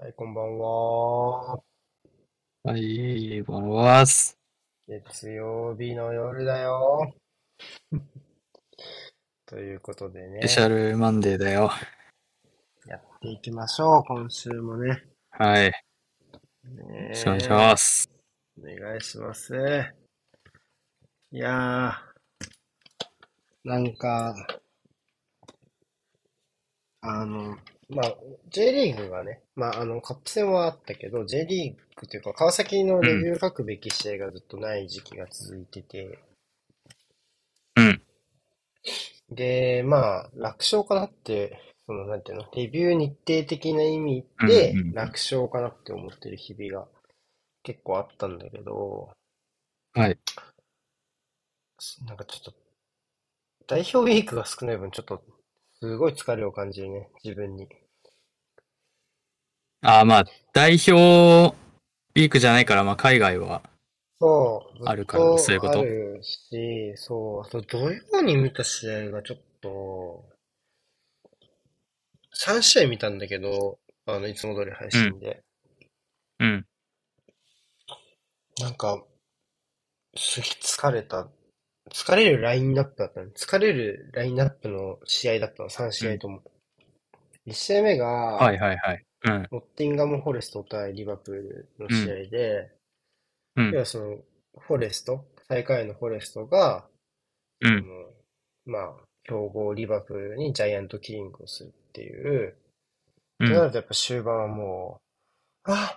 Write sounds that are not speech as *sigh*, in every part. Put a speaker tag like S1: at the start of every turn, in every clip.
S1: はい、こんばんは。
S2: はい、こんばんは。
S1: 月曜日の夜だよ。 *laughs* ということでね、
S2: スペシャルマンデーだよ。
S1: やっていきましょう、今週もね。
S2: はい。
S1: ね
S2: お願いします。
S1: お願いします。いやー、なんか、あの、まあ、J リーグがね、まあ、あの、カップ戦はあったけど、J リーグというか、川崎のレビュー書くべき試合がずっとない時期が続いてて、
S2: うん。
S1: で、まあ、楽勝かなって、その、なんていうの、レビュー日程的な意味
S2: うんう
S1: で、
S2: ん。
S1: 楽勝かなって思ってる日々が結構あったんだけど、
S2: はい。
S1: なんかちょっと、代表ウィークが少ない分、ちょっと、すごい疲れを感じるね、自分に。
S2: ああ、まあ、代表ウィークじゃないから、まあ、海外は
S1: そう、ず
S2: あ
S1: っ
S2: るから、そういう
S1: とあ
S2: こと
S1: るし、そう、あと土曜に見た試合がちょっと、3試合見たんだけど、あの、いつも通り配
S2: うん、
S1: 信で。
S2: うん。
S1: なんか、すげえ疲れた。疲れるラインナップだったね。疲れるラインナップの試合だったの、3
S2: う
S1: 試合
S2: ん。
S1: とも。1試合目
S2: は
S1: が、
S2: いはいはい。うん、
S1: ノッティンガム・フォレスト対リバプールの
S2: う
S1: 試合
S2: ん、
S1: で、
S2: う
S1: 要
S2: ん、
S1: はその、フォレスト、最下位のフォレストが、
S2: う
S1: そ
S2: ん、
S1: の、まあ、強豪リバプールにジャイアントキリングをするっていう。
S2: う
S1: となる
S2: ん。
S1: とやっぱ終盤はもう、あ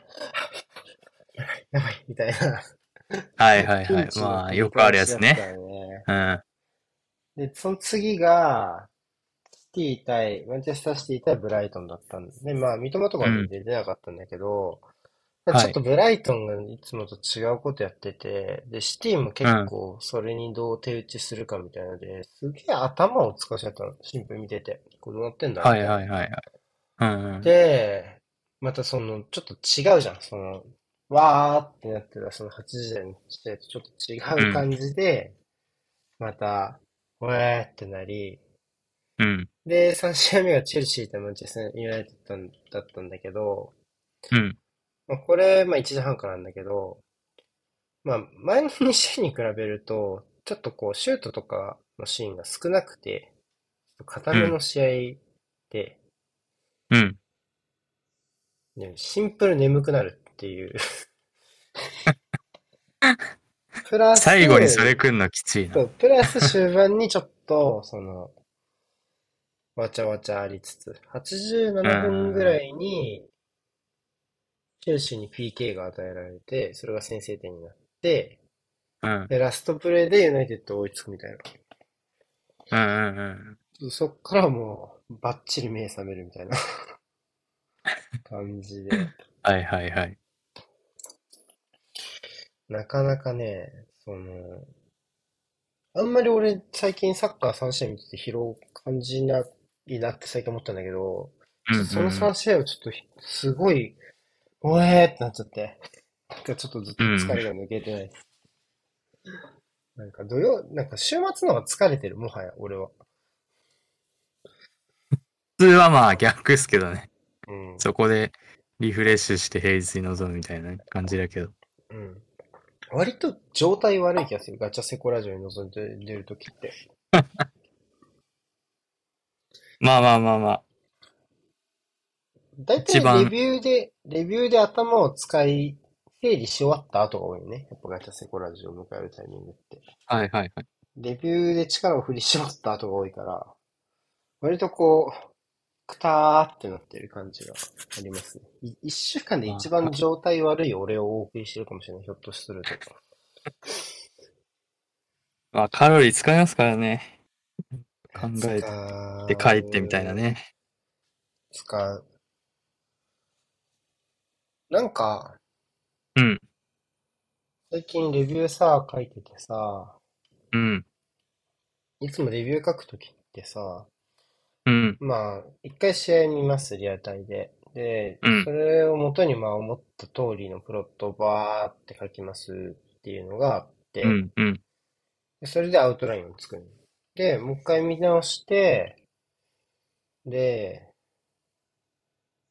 S1: やばい、みたいな
S2: はいはい
S1: ピ
S2: は
S1: ン
S2: い。
S1: チの
S2: まあ、
S1: 繰り
S2: よくあ
S1: 返
S2: るや
S1: しだ
S2: つ
S1: っ
S2: ね。
S1: たよね。
S2: うん、
S1: で、その次が、シティ対、マンチェスターシティ対ブライトンだったんで、まあ、三笘と
S2: う
S1: か全
S2: ん。
S1: 然出なかったんだけど、ち
S2: は
S1: ょっ
S2: い。
S1: とブライトンがいつもと違うことやってて、で、シティも
S2: う
S1: 結
S2: ん、
S1: 構それにどう手打ちするかみたいなので、すげえ頭を使わせちゃったの、シンプル見てて。これどうなってんだみ
S2: はい
S1: たい
S2: は
S1: な。
S2: いはいはい。うん、うん。
S1: で、またその、ちょっと違うじゃん。その、わーってなってた、その8時台の試合とちょっと
S2: う、
S1: 違うん感じで、また、うえーってなり、
S2: うん、
S1: で、3試合目がチェルシーとマンチェスターユナイテッドだったんだけど、
S2: うん。
S1: まあ、これ、まあ1時半からなんだけど、まあ前の2試合に比べると、ちょっとこうシュートとかのシーンが少なくて、ちょっと固
S2: う
S1: め
S2: ん
S1: の試合で、
S2: うん
S1: ねシンプル眠くなるっていう。
S2: *laughs*
S1: プラス、
S2: 最後にそれくんのきつい
S1: そ
S2: な。
S1: う、プラス終盤にちょっと、その、わちゃわちゃありつつ、87
S2: う
S1: 分ぐら
S2: ん、
S1: いに、チェルシーに PK が与えられて、それが先制点になって、
S2: うん、
S1: で、ラストプレーでユナイテッド追いつくみたいな。
S2: うん、うん。
S1: そっからもう、バッチリ目覚めるみた
S2: *laughs*
S1: いな感じで、
S2: はいはいはい。
S1: なかなかね、その、あんまり俺最近サッカー3試合見てて疲労感じないなって最近思ったんだけど、
S2: う
S1: ち
S2: ん、
S1: ょっとその
S2: う
S1: 3
S2: ん、
S1: 試合をちょっとひすごい、おえーってなっちゃって、なんかちょっとずっ
S2: う
S1: と疲
S2: ん。
S1: れが抜けてないです。なんか土曜、なんか週末の方が疲れてる、もはや俺は。
S2: 普通はまあ逆っすけどね。
S1: うん、
S2: そこでリフレッシュして平日に臨むみたいな感じだけど。
S1: うん。割と状態悪い気がする、ガチャセコラジオに臨んで出るときって。
S2: まあまあまあまあ。
S1: 大
S2: 一
S1: 体レ
S2: 番、
S1: ビューで、レビューで頭を使い、整理し終わった後が多いよね。やっぱガチャセコラジオを迎えるタイミングって。
S2: はいはいはい。
S1: レビューで力を振り絞った後が多いから、割とこう、くたーってなってる感じがありますね。い一週間で一
S2: ま
S1: 番
S2: あ、
S1: 状態悪い俺をお送りしてるかもしれない。ひょっとすると。
S2: まあカロリー使いますから *laughs* ね。考え
S1: 使
S2: て書いてみたいな
S1: う、
S2: ね。
S1: 使う。なんか、
S2: うん、
S1: 最近レビューさ、書いててさ、
S2: うん、
S1: いつもレビュー書くときってさ、
S2: うん、
S1: まあ、一回試合見ます、リアタイで。で、
S2: うん、
S1: それを元にまあ思った通りのプロットをバーって書きますっていうのがあっ
S2: う
S1: て、
S2: ん、うん、
S1: でそれでアウトラインを作る。で、もう一回見直して、で、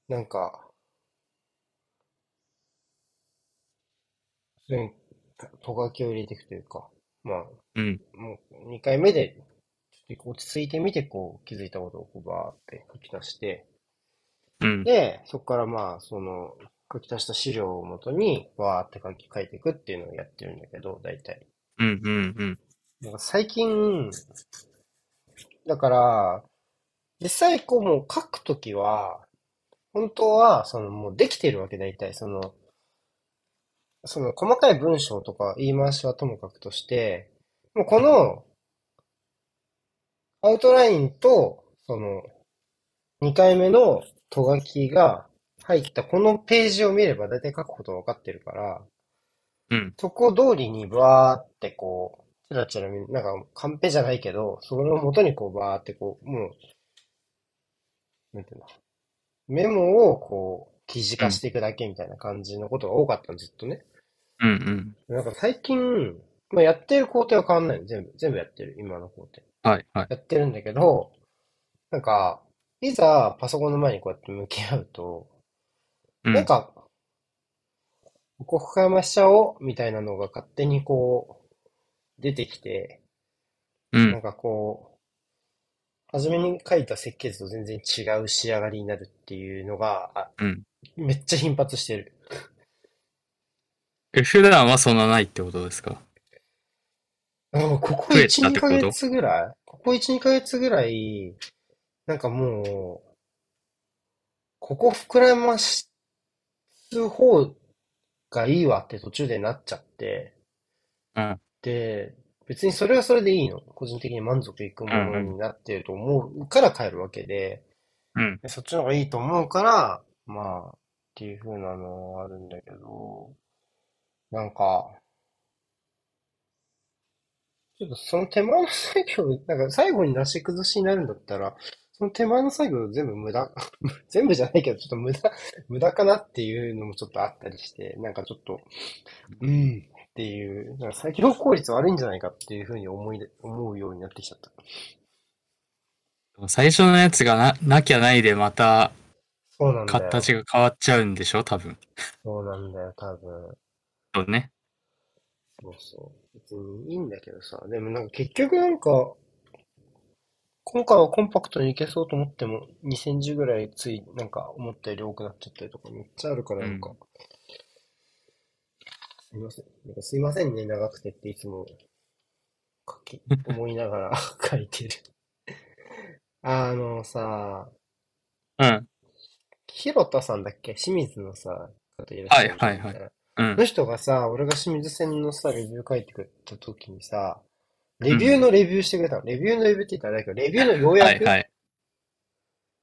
S1: なんか、普通に、とがきを入れていくというか、まあ、
S2: うん。
S1: もう2回目で、ちょっと落ち着いてみて、こう、気づいたことをこうバーって書き足して、
S2: うん。
S1: で、そこからまあ、その、書き足した資料をもとに、わーって書き、書いていくっていうのをやってるんだけど、大体。
S2: うん。うん。うん。
S1: なんか最近、だから、実際こうもう書くときは、本当は、そのもうできてるわけ、大体。その、その細かい文章とか言い回しはともかくとして、もうこのアウトラインと、その2回目のと書きが入ったこのページを見れば大体書くことは分かってるから、
S2: うん。
S1: そこ通りにバーってこう、ちらちら見る、なんかカンペじゃないけど、それを元にこうバーってこう、もう、なんていうの、メモをこう、記事化していくだけみたいな感じのことが多かったの、ずっとね。
S2: うん。うん。
S1: なんか最近、まあ、やってる工程は変わんないの。全部、全部やってる、今の工程。
S2: はい。はい。
S1: やってるんだけど、なんか、いざパソコンの前にこうやって向き合うと、
S2: う
S1: なん
S2: ん。
S1: か、ここ深山しちゃおうみたいなのが勝手にこう、出てきて、
S2: う
S1: なん
S2: ん。
S1: かこう、初めに書いた設計図と全然違う仕上がりになるっていうのが、あ
S2: うん。
S1: めっちゃ頻発してる。
S2: え、普段はそんなないってことですか
S1: あもうここ
S2: 増え
S1: 1、
S2: たっ
S1: 2
S2: てこ
S1: ヶ
S2: と
S1: 月ぐらいここ1、2ヶ月ぐらい、なんかもう、ここ膨らます方がいいわって途中でなっちゃって、
S2: うん。
S1: で、別にそれはそれでいいの。個人的に満足いく
S2: う
S1: も
S2: ん。う
S1: の
S2: ん。
S1: になっていると思うから帰るわけで、
S2: うん
S1: でそっちの方がいいと思うから、まあ、っていう風なのはあるんだけど、なんか、ちょっとその手前の作業、なんか最後になし崩しになるんだったら、その手前の作業全部無駄、 *laughs* 全部じゃないけど、ちょっと無駄、無駄かなっていうのもちょっとあったりして、なんかちょっと、うんっていう、なんか作業効率悪いんじゃないかっていうふうに思いで、思うようになってきちゃった。
S2: 最初のやつがな、なきゃないでまた
S1: そうなんだ
S2: 形
S1: よ。
S2: が変わっちゃうんでしょ多分。
S1: そうなんだよ、多分。
S2: そうね。
S1: そうそう。別にいいんだけどさ。でもなんか結局なんか、今回はコンパクトにいけそうと思っても、2010ぐらいつい、なんか思ったより多くなっちゃったりとかめっちゃあるから
S2: う
S1: なんか、
S2: ん。
S1: すいません。なんかすいませんね、長くてっていつも書き、思いながら *laughs* 書いてる。あのさ、
S2: うん。
S1: 広田さんだっけ清水のさ、方いらっし
S2: は
S1: ゃ
S2: い
S1: るじ
S2: は
S1: ゃん、
S2: い
S1: み
S2: は
S1: たい
S2: い。
S1: な。
S2: う
S1: あの
S2: ん。
S1: 人がさ、俺が清水線のさ、レビュー書いてくれた時にさ、レ
S2: う
S1: ビュー
S2: ん。
S1: のレビューしてくれたの。レビューのレビューって言ったらあれだけど、レビューの要
S2: はい
S1: 約
S2: はい。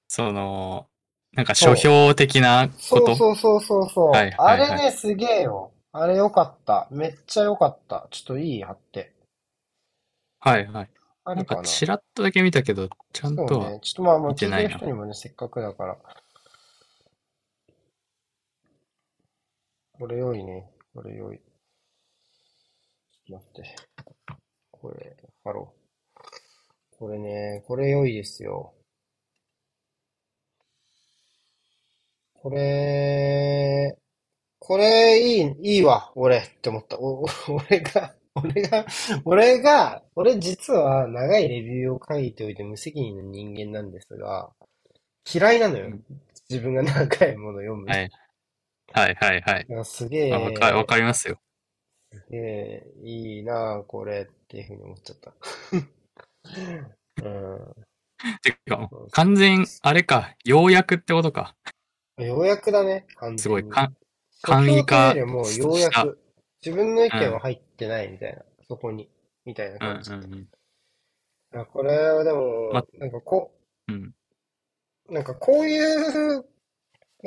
S2: その、なんか書
S1: そう。
S2: 評的なこ
S1: そう
S2: と
S1: そうそうそう
S2: は
S1: そ。
S2: いう
S1: あ
S2: はい
S1: れ
S2: はい。
S1: ね、すげえよ。あれよかった。めっちゃよかった。ちょっといい貼って。
S2: はいはい。
S1: あ
S2: な
S1: り
S2: んか
S1: かな。
S2: ちらっとだけ見たけど、ちゃん
S1: そう
S2: とは
S1: ね。ちょっとまあまあ
S2: 見て
S1: 聞い
S2: な
S1: てる
S2: い
S1: 人
S2: な。
S1: にもね、せっかくだから、これ良いね。これ良い。ちょっと待って。これ、貼ろう。これね、これ良いですよ。これ、これいい、いいわ、俺って思った。お、お俺が、俺が、俺が、俺実は長いレビューを書いておいて無責任な人間なんですが、嫌いなの
S2: う
S1: よ。
S2: ん。
S1: 自分が長いもの読む
S2: は
S1: の。
S2: いはいはいはい。
S1: なんかす
S2: あわか、わ
S1: げ
S2: かりますよ。
S1: え、すげえ、いいなあ、これっていうふうに思っちゃった。 *laughs* うん、
S2: てか、
S1: そうそ
S2: 完全、あれか、要約ってことか。
S1: う。ようやくだね、完
S2: すご
S1: 全
S2: い、
S1: に。
S2: かん、
S1: 書
S2: 簡易
S1: 評というよ
S2: 化
S1: りはもうよう
S2: し
S1: や
S2: た。
S1: く。自分の意
S2: う
S1: 見は
S2: ん、
S1: 入ってないみたいな、そこに、みたいな
S2: うん、
S1: 感じ。
S2: うん。うん
S1: あ、これはで
S2: ま、
S1: も、なんかこ
S2: うん、
S1: う、なんかこういう、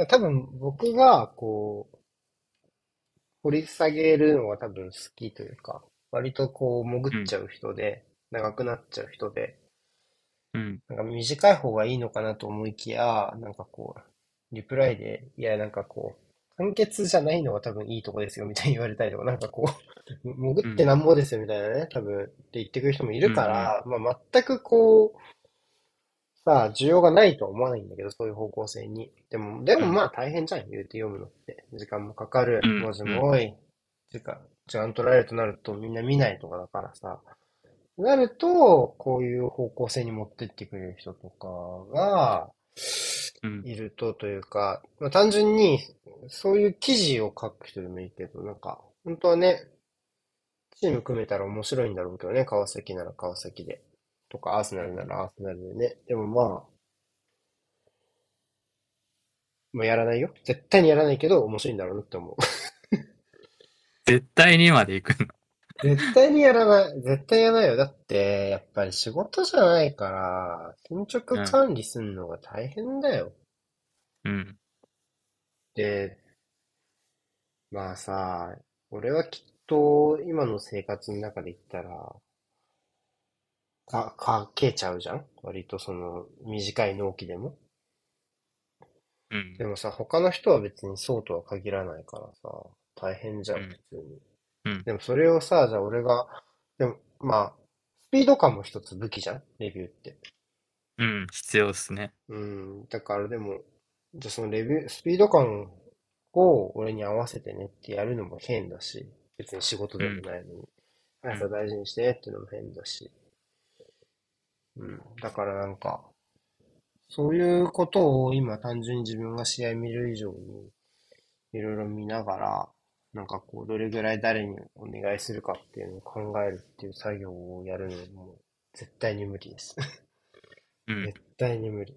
S1: 多分僕がこう、掘り下げるのが多分好きというか、割とこう潜
S2: う
S1: っ
S2: ん、
S1: ちゃう人で、長くなっちゃう人で、
S2: うん。
S1: なんか短い方がいいのかなと思いきや、なんかこう、リプライで、いや、なんかこう、簡潔じゃないのが多分いいとこですよみたいに言われたりとか、なんかこう、潜
S2: う
S1: って
S2: ん
S1: なんぼですよみたいなね、多分って言ってくる人もいる
S2: う
S1: か
S2: ん
S1: ら、まあ全くこう、さあ、需要がないとは思わないんだけど、そういう方向性に。でも、で
S2: う
S1: も
S2: ん
S1: まあ大変じゃん、言うて読むのって。時間もかか
S2: う
S1: る、
S2: ん
S1: 文字
S2: う
S1: も
S2: ん
S1: 多い。てか、ちゃんとられるとなるとみんな見ないとかだからさ。なると、こういう方向性に持ってってくれる人とかが
S2: うん。
S1: いるとというか、まあ、単純にそういう記事を書く人でもいいけど、なんか、本当はね、チーム組めたら面白いんだろうけどね、川崎なら川崎で。とか、アーセナルならアーセナルでね。でもまあ、まあやらないよ。絶対にやらないけど、面白いんだろうなって思う。
S2: 絶対にまで行くの。
S1: 絶対にやらない。絶対やらないよ。だって、やっぱり仕事じゃないから、進捗
S2: うん。
S1: 管理するのが大変だよ。
S2: うん。
S1: で、まあさ、俺はきっと今の生活の中で言ったら、か、かけちゃうじゃん割とその短い納期でも。
S2: う
S1: で
S2: ん。
S1: もさ、他の人は別にそうとは限らないからさ、大変じゃ、
S2: うん
S1: 普
S2: ん。
S1: 通に。
S2: うん。
S1: でもそれをさ、じゃあ俺が、でも、まあ、スピード感も一つ武器じゃんレビューって。
S2: うん。必要ですね。
S1: うん、だからでも、じゃあそのレビュー、スピード感を俺に合わせてねってやるのも変だし、別に仕事
S2: う
S1: でも
S2: ん。
S1: ないのに、
S2: う
S1: 速さ
S2: ん。
S1: 大事にしてねっていうのも変だし、う、
S2: うんん。
S1: だからなんか、そういうことを今単純に自分が試合見る以上に、いろいろ見ながら、なんかこう、どれぐらい誰にお願いするかっていうのを考えるっていう作業をやるのも、絶対に無理です。
S2: うん。
S1: 絶対に無理。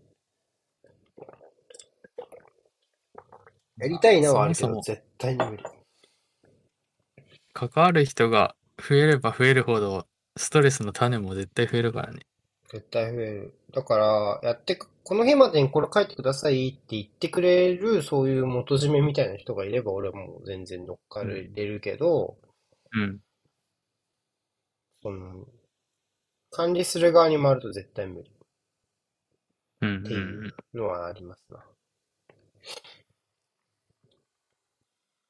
S1: やり
S2: ま
S1: た
S2: あ、
S1: いの
S2: そ
S1: はあ
S2: も
S1: るけ
S2: そ
S1: ど、
S2: も
S1: 絶対に無理。
S2: 関わる人が増えれば増えるほど、ストレスの種も絶対増えるからね。
S1: 絶対増える。だから、やってく、この日までにこれ書いてくださいって言ってくれる、そういう元締めみたいな人がいれば、俺はもう全然乗っか
S2: う
S1: れ
S2: ん。
S1: るけど、
S2: うん。
S1: その、管理する側に回ると絶対無理っ
S2: うん。
S1: ていう
S2: うん。
S1: のはありますな。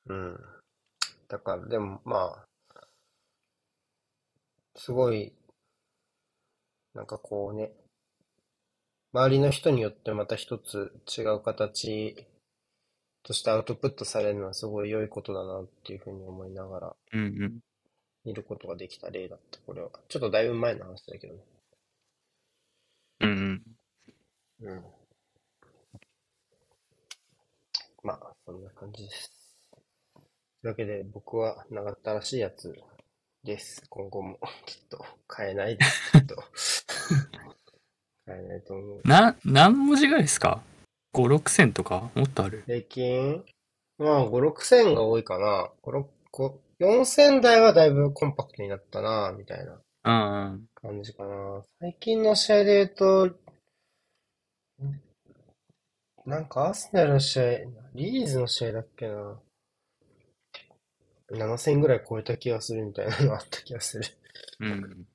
S1: うん。だから、でも、まあ、すごい、なんかこうね、周りの人によってまた一つ違う形としてアウトプットされるのはすごい良いことだなっていうふうに思いながら
S2: うん。うん。
S1: 見ることができた例だった、これは。ちょっとだいぶ前の話だけどね。
S2: うん。
S1: うん。まあ、そんな感じです。というわけで、僕は長ったらしいやつです。今後もきっと変えないです、きっと。変えないと思う。
S2: な、何文字ぐらいですか ?5、6千とかもっとある
S1: 平均まあ、5、6千が多いかな。5、6、4千台はだいぶコンパクトになったな、みたいな
S2: うん。うん
S1: 感じかな。最近の試合で言うと、なんかアーセナルの試合、リーズの試合だっけな。7千ぐらい超えた気がするみたいなのがあった気がする。
S2: うん。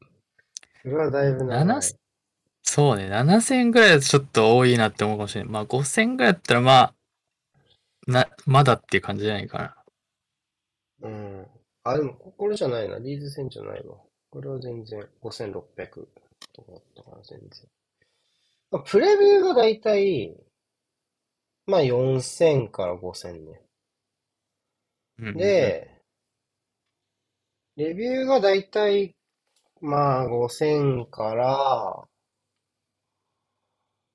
S1: それはだいぶ
S2: 7、
S1: 長い。
S2: そうね、7000ぐらいだとちょっと多いなって思うかもしれない。まあ5000ぐらいだったらまあ、な、まだっていう感じじゃないかな。
S1: うん。あ、でも、ここれじゃないな。リーズ戦じゃないわ。これは全然、5600とかだったから全然。まあプレビューがだいたい、まあ4000から5000ね。
S2: うんうん
S1: で、レビューがだいたい、まあ5000から、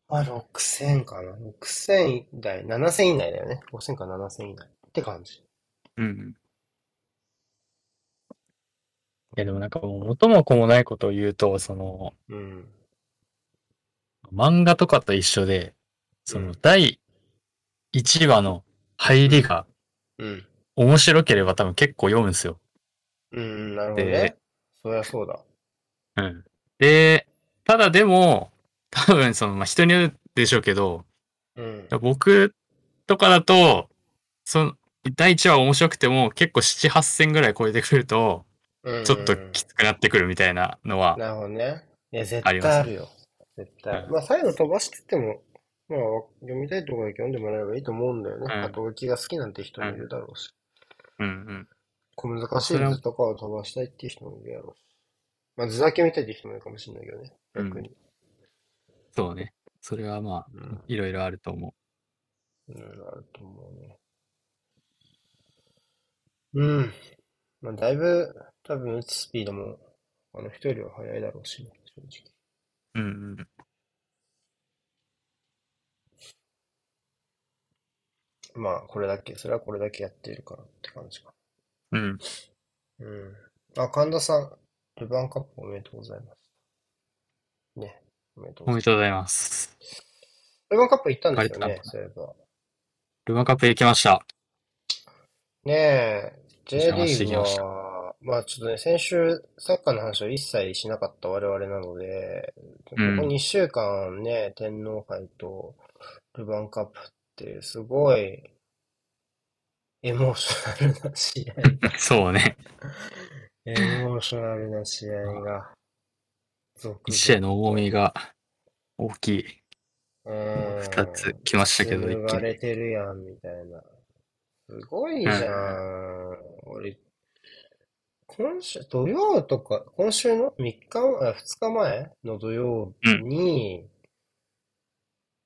S1: あ、6000かな。6000台、7000以内だよね。5000か7000以内。って感じ。
S2: うん。うん。いやでもなんかもう元も子もないことを言うと、その、
S1: うん。
S2: 漫画とかと一緒で、
S1: う
S2: その
S1: ん。
S2: 第1話の入りが
S1: うん。
S2: 面白ければ多分結構読むんですよ。
S1: うん、なるほどね。
S2: で、
S1: そりゃそうだ。
S2: うん。で、ただでも、多分その、まあ人によるでしょうけど、
S1: うん。
S2: 僕とかだと、その、第1話面白くても結構7、8 0ぐらい超えてくると、
S1: うんう
S2: ちょっと
S1: んうん。
S2: きつくなってくるみたいなのは
S1: なるほどね。いや、絶
S2: ありま
S1: 対
S2: す
S1: あ
S2: ね。
S1: るよ。絶
S2: う
S1: 対。ま
S2: ん。
S1: あ、最後飛ばしてっても、まあ、読みたいところだけ読んでもらえばいいと思うんだよ
S2: う
S1: ね。
S2: ん。
S1: 後書きが好きなんて人
S2: う
S1: もいる
S2: ん。
S1: だろうし。
S2: うん。うん。
S1: 小難し
S2: そ
S1: い
S2: れは、
S1: 図とかを飛ばしたいっていう人もいるやろうし。まあ、図だけ見たいっていう人もいるかもしれないけどね。
S2: う
S1: 逆
S2: ん。
S1: に。
S2: そうね。それはまあ、
S1: うん。
S2: いろいろあると思
S1: いろいろあると思うね。うん。まあ、だいぶ、多分打つスピードも、あの、人よりは速いだろうしね、正直。
S2: うんうん。
S1: まあ、これだけ、それはこれだけやっているからって感じか。
S2: うん。
S1: うん。あ、神田さん、ルヴァンカップおめでとうございます。ね、おめでとう
S2: お
S1: ご
S2: め
S1: ざ
S2: で
S1: い
S2: とう
S1: ま
S2: ござい
S1: す。
S2: ます。
S1: ルヴァンカップ行ったんで
S2: バ
S1: すよ
S2: レてたん
S1: ね、
S2: だな。
S1: そういえば。
S2: ルヴァンカップ行きました。
S1: ねえ、
S2: 行き
S1: J
S2: ま
S1: リーグ
S2: した、行きました。
S1: は、まあちょっとね、先週サッカーの話を一切しなかった我々なので、
S2: う
S1: ここ
S2: ん。
S1: 2週間ね、天皇杯とルヴァンカップってすごいエモーショナルな試合
S2: *laughs*
S1: が、
S2: そうね。
S1: エモーショナルな試合
S2: まあ、
S1: が
S2: 一
S1: 続
S2: 試合
S1: 々
S2: の重み
S1: と、
S2: が大きい。
S1: う
S2: 二つ
S1: ーん、
S2: 来ましたけど、一
S1: 紡
S2: 気
S1: がれ
S2: に。
S1: てるやんみたいな。すご
S2: う
S1: いじゃ
S2: ん。
S1: ん。俺、今週、土曜とか、今週の3日、あ、2日前の土曜
S2: うん。
S1: に、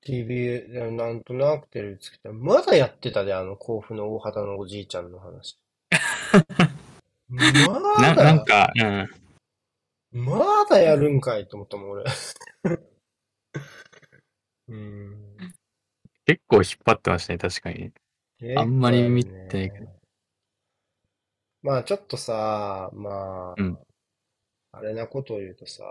S1: TBS でなんとなくテレビつけたら、まだやってたで、あの、甲府の大畑のおじいちゃんの
S2: *laughs*
S1: 話。ま
S2: な、なん
S1: だ、
S2: か、うん。
S1: まだやるんかいと思ったもん、俺。 *laughs* うん。
S2: 結構引っ張ってましたね、確かに。あん
S1: 結
S2: ま
S1: 構
S2: り
S1: やる
S2: 見てないけど。
S1: ね。まあ、ちょっとさ、ま
S2: うん。
S1: あ、あれなことを言うとさ、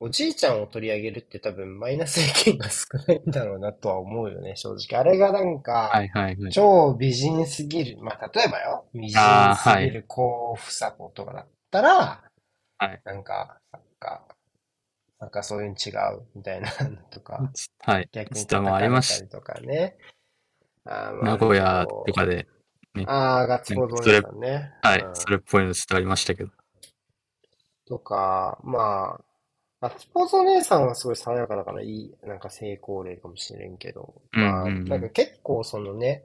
S1: おじいちゃんを取り上げるって多分マイナス意見が少ないんだろうなとは思うよね、正直。あれがなんか、
S2: はいはいはい。
S1: 超美人すぎる。まあ、例えばよ、美人
S2: ああ、
S1: す
S2: は
S1: ぎ
S2: い。
S1: る候補作法とかだったら、
S2: はい。
S1: なんか、サッカー、なんかそういうの違うみたいなのとか、
S2: ちはい。
S1: 逆
S2: ちょ
S1: に
S2: っともう
S1: 叩
S2: あり
S1: かれ
S2: ま
S1: た
S2: し
S1: りとかね。あー、まあ、あ
S2: 名
S1: る
S2: 古
S1: け
S2: 屋とか
S1: ど、
S2: で、ね、
S1: ああ、ガッツ
S2: なん
S1: ポー
S2: か
S1: ズお兄
S2: それ、
S1: さんね。
S2: は
S1: う
S2: い、
S1: ん。
S2: それっぽいのちょっとありましたけど。
S1: とか、まあ、あ、スポーツお姉さんはすごい爽やかだからいい、なんか成功例かもしれんけど、
S2: うん
S1: まあ、
S2: うん
S1: な
S2: うん
S1: か
S2: ん。
S1: 結構そのね、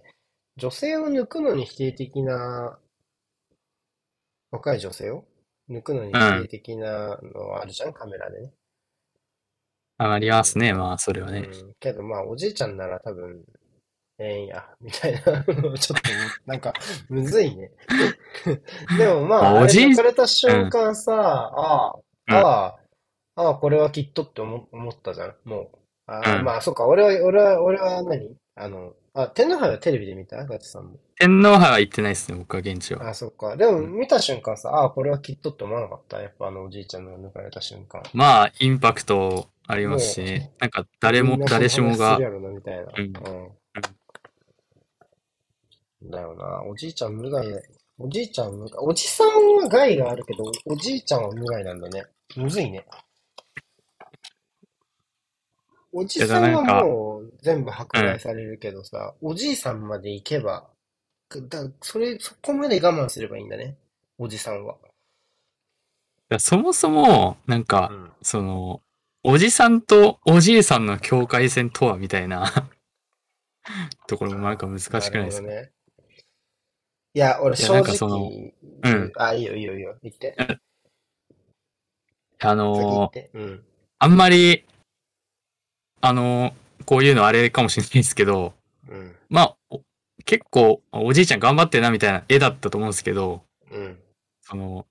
S1: 女性を抜くのに否定的な、若い女性を抜くのに
S2: う
S1: 否定
S2: ん。
S1: 的なのはあるじゃん、カメラでね。
S2: あり
S1: う
S2: ますね、まあ、それはね。
S1: ん。うん。けどまあ、おじいちゃんなら多分、ええんや、 *laughs* みたいなのをちょっと思っなんか、むずいね。 *laughs* でもま
S2: まあ、
S1: あ、あ
S2: お
S1: れ
S2: じい、
S1: 抜かれた
S2: う
S1: 瞬
S2: ん、
S1: 間さ、ああ、
S2: うん、
S1: ああ、ああ、これはきっとって思、思ったじゃん、もう。
S2: う
S1: ああ、
S2: ん。
S1: まあ、そっか、俺は、俺は、俺は何あの、あ、天皇杯はテレビで見たガチさんも。
S2: 天皇杯は行ってないですね、僕は現地は。
S1: ああ、そっか。でも、
S2: うん。
S1: 見た瞬間さ、ああ、これはきっとって思わなかった。やっぱあの、おじいちゃんの抜かれた瞬間。
S2: まあ、インパクトありますし
S1: も
S2: ね。なんか、
S1: う、
S2: 誰
S1: みん
S2: も、
S1: なそ
S2: 誰
S1: の
S2: しも
S1: 話する
S2: が、
S1: やろな、みたいな。
S2: うん、
S1: うん。
S2: うん。
S1: だよな。おじいちゃん無害だ。おじいちゃん無害。おじさんは害があるけど、おじいちゃんは無害なんだね。むずいね。おじ
S2: だか
S1: さ
S2: ら
S1: ん
S2: なん
S1: は
S2: か、
S1: もう全部迫
S2: う
S1: 害
S2: ん、
S1: されるけどさ、おじいさんまで行けば、だ、それ、そこまで我慢すればいいんだね。おじさんは。
S2: いやそもそも、なん
S1: う
S2: か、
S1: ん。
S2: その、おじさんとおじいさんの境界線とはみたいな *laughs* ところもなんか
S1: あ
S2: 難
S1: あ、な
S2: しく
S1: る
S2: ない
S1: ほど
S2: ですか
S1: ね。いや、俺
S2: いや、
S1: 正
S2: なんかその、
S1: 直
S2: う
S1: 言う。
S2: ん。
S1: あ、いいよいいよいいよ。言って。
S2: あ
S1: 先言っ
S2: のー
S1: て。うん。
S2: あんまり、あのーこういうのあれかもしれないですけど、
S1: うん。
S2: まあ、お結構、おじいちゃん頑張ってるなみたいな絵だったと思うんですけど、
S1: うん。
S2: その、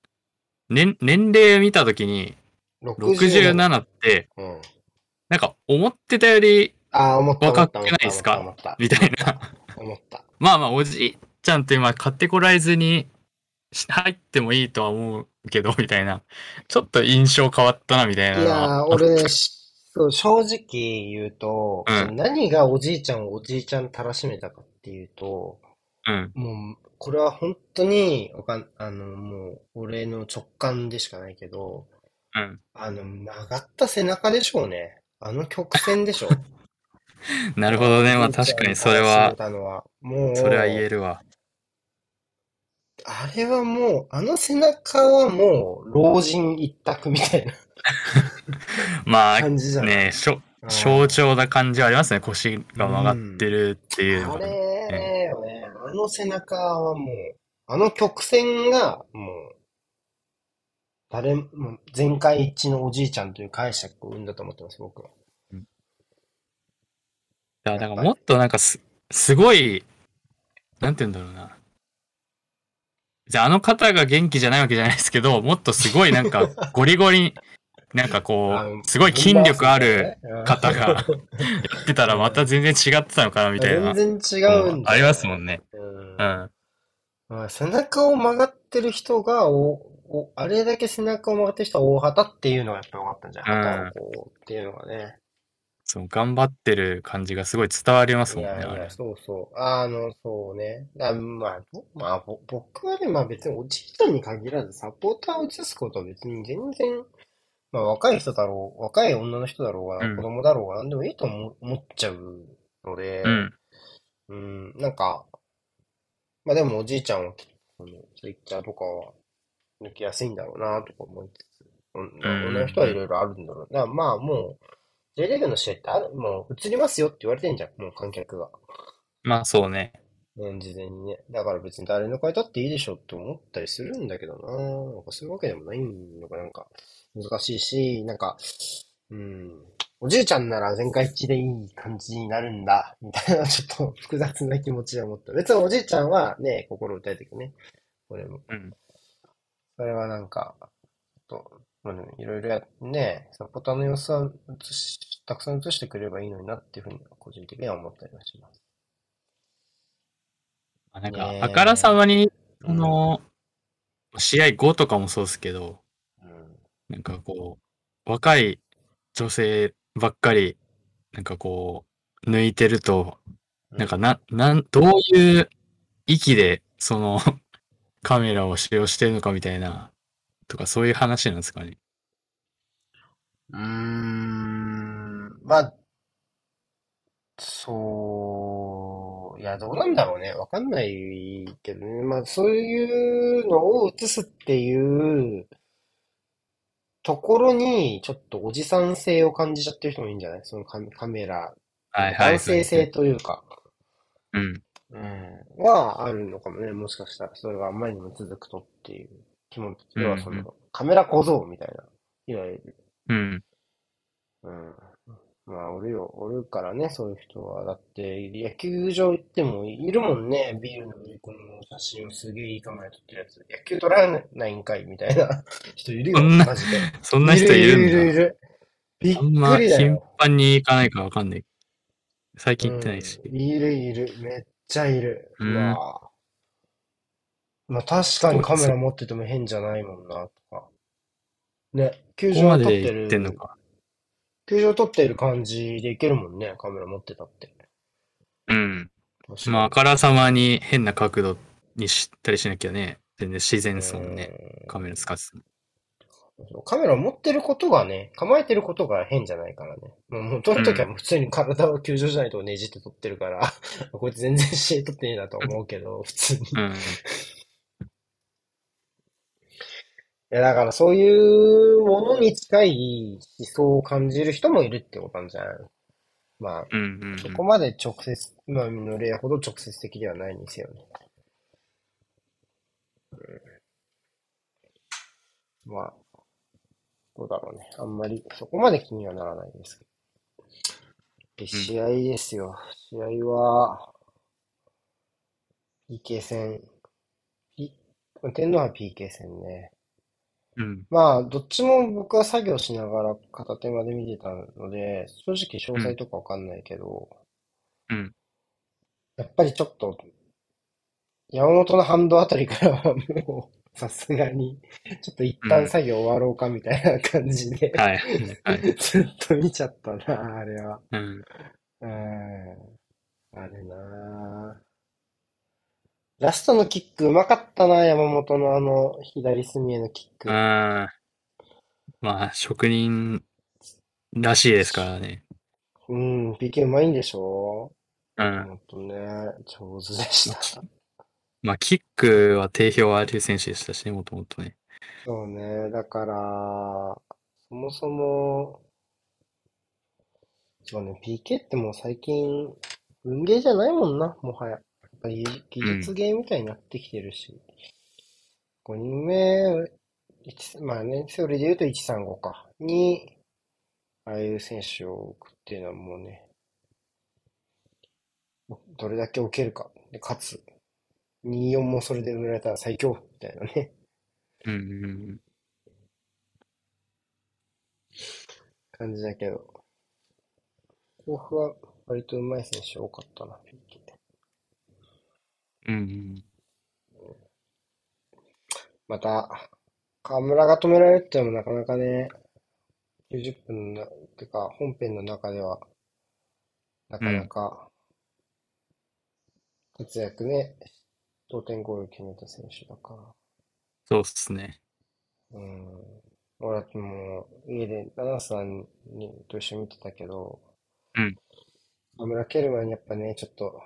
S2: 年、年齢見たときに、
S1: 67。
S2: 67って、
S1: うん。
S2: なんか思ってたより
S1: ああ、思った思
S2: 若
S1: っ
S2: く
S1: た思
S2: な
S1: っ
S2: い
S1: た
S2: で
S1: 思
S2: す
S1: った思
S2: か
S1: った。
S2: みた
S1: 思
S2: い
S1: った。
S2: な。 *laughs*
S1: 思った。
S2: まあまあ、おじいちゃんって今カテゴライズに入ってもいいとは思うけど、みたいな。ちょっと印象変わったな、みたい
S1: い
S2: なの
S1: や
S2: は
S1: ー、
S2: あっ
S1: 俺ね、
S2: た。
S1: しそう、正直言うと、
S2: う
S1: その
S2: ん、
S1: 何がおじいちゃんをおじいちゃんたらしめたかっていうと、
S2: うん、
S1: もう、これは本当に、わかん、あの、もう、俺の直感でしかないけど、
S2: うん。
S1: あの、曲がった背中でしょうね。あの曲線でしょ。
S2: *laughs* なるほ
S1: あ
S2: ど
S1: ーお
S2: ね。ま
S1: じ
S2: あ
S1: いち
S2: 確
S1: ゃ
S2: か
S1: ん
S2: に
S1: た
S2: そ
S1: ら
S2: れ
S1: しめ
S2: は、
S1: たのは、
S2: それは言
S1: も
S2: えるわ。
S1: う、あれはもう、あの背中はもう、老人一択みたいな
S2: まあ
S1: 感じじゃない。
S2: ね、しょ、
S1: う
S2: 象
S1: ん。
S2: 徴な感じはありますね。腰
S1: う
S2: が曲がっ
S1: ん。
S2: てるっていう
S1: あ
S2: のがね。
S1: れよね、あの背中はもう、あの曲線がもう、誰も、全会一致のおじいちゃんという解釈を生んだと思ってます、僕は。
S2: うんだから
S1: や
S2: なん
S1: っ
S2: か
S1: ぱ
S2: も
S1: り。
S2: っとなんかす、すごい、なんて言うんだろうな。じゃああの方が元気じゃないわけじゃないですけど、もっとすごいな
S1: *laughs*
S2: んかゴリゴリ、なんかこ
S1: あ
S2: う、すごい筋力ある、
S1: ナンバーワン
S2: 方
S1: だ
S2: がやってたらまた全然違ってたのかなみたいな。
S1: ねうん全然違うんだ
S2: ありますもんね。
S1: うん
S2: うん。
S1: まあ、背中を曲がってる人がお、お、あれだけ背中を曲がってる人は大旗っていうのがやっぱり分かったんじゃない旗をこうっていうのがね。
S2: そう、頑張ってる感じがすごい伝わります
S1: い
S2: もん
S1: や
S2: ね、
S1: い
S2: あれ
S1: や、。そうそう。あの、そうね。だまあ、ぼまあ、ぼ僕はね、まあ別におじいちゃんに限らずサポーターを移すことは別に全然、まあ若い人だろう、若い女の人だろうが、
S2: うん
S1: 子供だろうが何でもいいと思思っちゃうので、
S2: うん。
S1: うん、なんか、まあでもおじいちゃんは、その、ツイッターとかは抜きやすいんだろうなとか思いつつ、うん、まあ
S2: うん
S1: 女の人はいろいろあるんだろう。だからまあもう、J リーグの試合ってある、もう映りますよって言われてんじゃん、もう観客が。
S2: まあそうね。
S1: うん、事前にね。だから別に誰の声だっていいでしょって思ったりするんだけどななんかそういうわけでもないのがなんか難しいし、なんか、うん、おじいちゃんなら全開一致でいい感じになるんだ、みたいなちょっと複雑な気持ちで思った。別におじいちゃんはね、心打たれてくね。これも。
S2: うん。
S1: それはなんか、ちょっと、まあねいろいろや、ね、サポーターの様子は映し、たくさん映してくれればいいのになっていうふうに個人的には思ったりはします。
S2: まあなんか
S1: ね、え
S2: あからさまに、
S1: う
S2: そ
S1: ん
S2: の、試合後とかもそうですけど、
S1: うん
S2: なんかこう、若い女性ばっかり、なんかこう、抜いてると、
S1: うん
S2: なんかな、なん、どういう域で、その、 *laughs* カメラを使用してるのかみたいな、とかそういう話なんですかね。
S1: うーん、まあ、そう、いや、どうなんだろうね。わかんないけどね。まあ、そういうのを映すっていうところに、ちょっとおじさん性を感じちゃってる人もいいんじゃないそのカメ、カメラ、
S2: はいはい。
S1: 男性性というか、
S2: うん。
S1: うん、はあるのかもね。もしかしたら、それがあまりにも続くとっていう気も、
S2: うん
S1: 要はその、カメラ小僧みたいな、いわゆる。
S2: うん。
S1: うん。まあ、おるよ、おるからね、そういう人は。だって、野球場行ってもいるもんね、ビールの売り込みの写真をすげえいいカメラで撮ってるやつ。野球撮らないんかいみたいな *laughs* 人いるよ、
S2: そんな
S1: マジで。
S2: *laughs* そんな人いるんだ。
S1: いるいるいる。びっ
S2: あんま
S1: くりだ
S2: 頻
S1: よ。
S2: 繁に行かないからわかんない。最近行ってないし。
S1: うん。いるいる。めっちゃいる。
S2: う
S1: うんわぁ。まあ、確かにカメラ持ってても変じゃないもんな、とか。ね、球
S2: ここ
S1: 場
S2: ま
S1: 撮っ
S2: で
S1: て
S2: 行ってんの
S1: る、
S2: か。
S1: 球場撮ってる感じでいけるもんね、カメラ持ってたって。
S2: うん。
S1: 確
S2: まあ、
S1: か
S2: あからさまに変な角度にしたりしなきゃね、全然自然
S1: に。
S2: っすもんね。カメラ使ってても
S1: うんそうカメラを持ってることがね、構えてることが変じゃないからね。もう、もう撮るときはもう普通に体を球場じゃないとねじって撮ってるから、 *laughs* こいつ全然試合撮ってねえなと思うけど、 *laughs* 普通に。い
S2: うん。
S1: や、だからそういうものに近い思想を感じる人もいるってことなんじゃないまあ、
S2: うんうんうん
S1: そこまで直接、まあ、の例ほど直接的ではないにせよね。うんまあ、どうだろうね。あんまり、そこまで気にはならないですけど。で、試合ですよ。試合は、PK 戦。P、天皇は PK 戦ね。
S2: うん。
S1: まあ、どっちも僕は作業しながら片手まで見てたので、正直詳細とかわかんないけど、
S2: うん。
S1: やっぱりちょっと、山本の反動あたりからはもう、さすがに、ちょっと一
S2: う
S1: 旦
S2: ん
S1: 作業終わろうかみたいな感じで、
S2: はい。はい。
S1: ずっと見ちゃったな、あれは。
S2: *laughs* うん。
S1: うーん。あれなラストのキックうまかったな、山本のあの、左隅へのキック。
S2: あーまあ、職人らしいですからね。
S1: うん、PK うまいんでしょ
S2: うん。
S1: ほんとね、上手でした。
S2: まあ、キックは定評ある選手でしたしね、もともとね。
S1: そうね、だから、そもそも、そうね、PK ってもう最近、運ゲーじゃないもんな、もはや。やっぱり技術ゲーみたいになってきてるし。5人目、一まあね、それで言うと135か。に、ああいう選手を置くっていうのはもうね、どれだけ置けるか。で、勝つ。 24もそれで埋められたら最強みたいなね、
S2: うんうん
S1: 感じだけど。甲府は割と上手い選手多かったな、PK。
S2: うん。うんうん。
S1: また、河村が止められるってのもなかなかね、90分の、てか本編の中では、な
S2: う。
S1: かなんか活躍ね、同点ゴール決めた選手だから。
S2: そうっすね。
S1: うん。俺はもう家で奈々さんにと一緒に見てたけど、
S2: うん。
S1: 河村蹴る前にやっぱね、ちょっと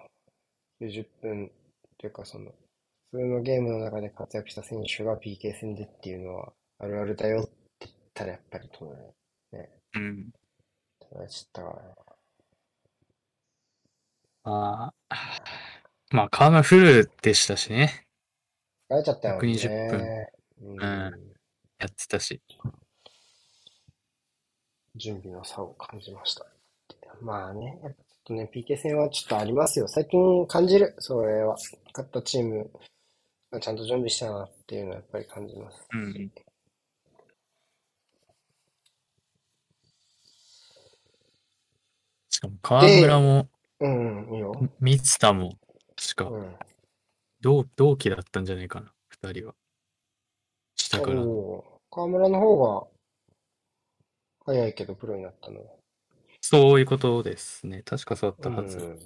S1: 90分というかその、普通のゲームの中で活躍した選手が PK 戦でっていうのはあるあるだよって言ったらやっぱり止められ、ね、
S2: うん。
S1: 止められちゃったからね。
S2: ああ。まあ、川村フルでしたしね。
S1: 疲れちゃったよ
S2: 120分。
S1: ね。う
S2: うん。や
S1: ん。
S2: ってたし。
S1: 準備の差を感じました。まあね、やっぱちょっとね、PK 戦はちょっとありますよ。最近感じる、それは。勝ったチームがちゃんと準備したなっていうのはやっぱり感じます
S2: う
S1: し。
S2: ん。しかも川村
S1: で、
S2: も、
S1: うん、いいよ。
S2: 三田も、確
S1: う
S2: か
S1: ん。
S2: 同、同期だったんじゃないかな。二人は。下
S1: お
S2: からの。
S1: お、河村の方が早いけどプロになったの。
S2: そういうことですね。確かそうだっ
S1: う
S2: たはず。
S1: ん。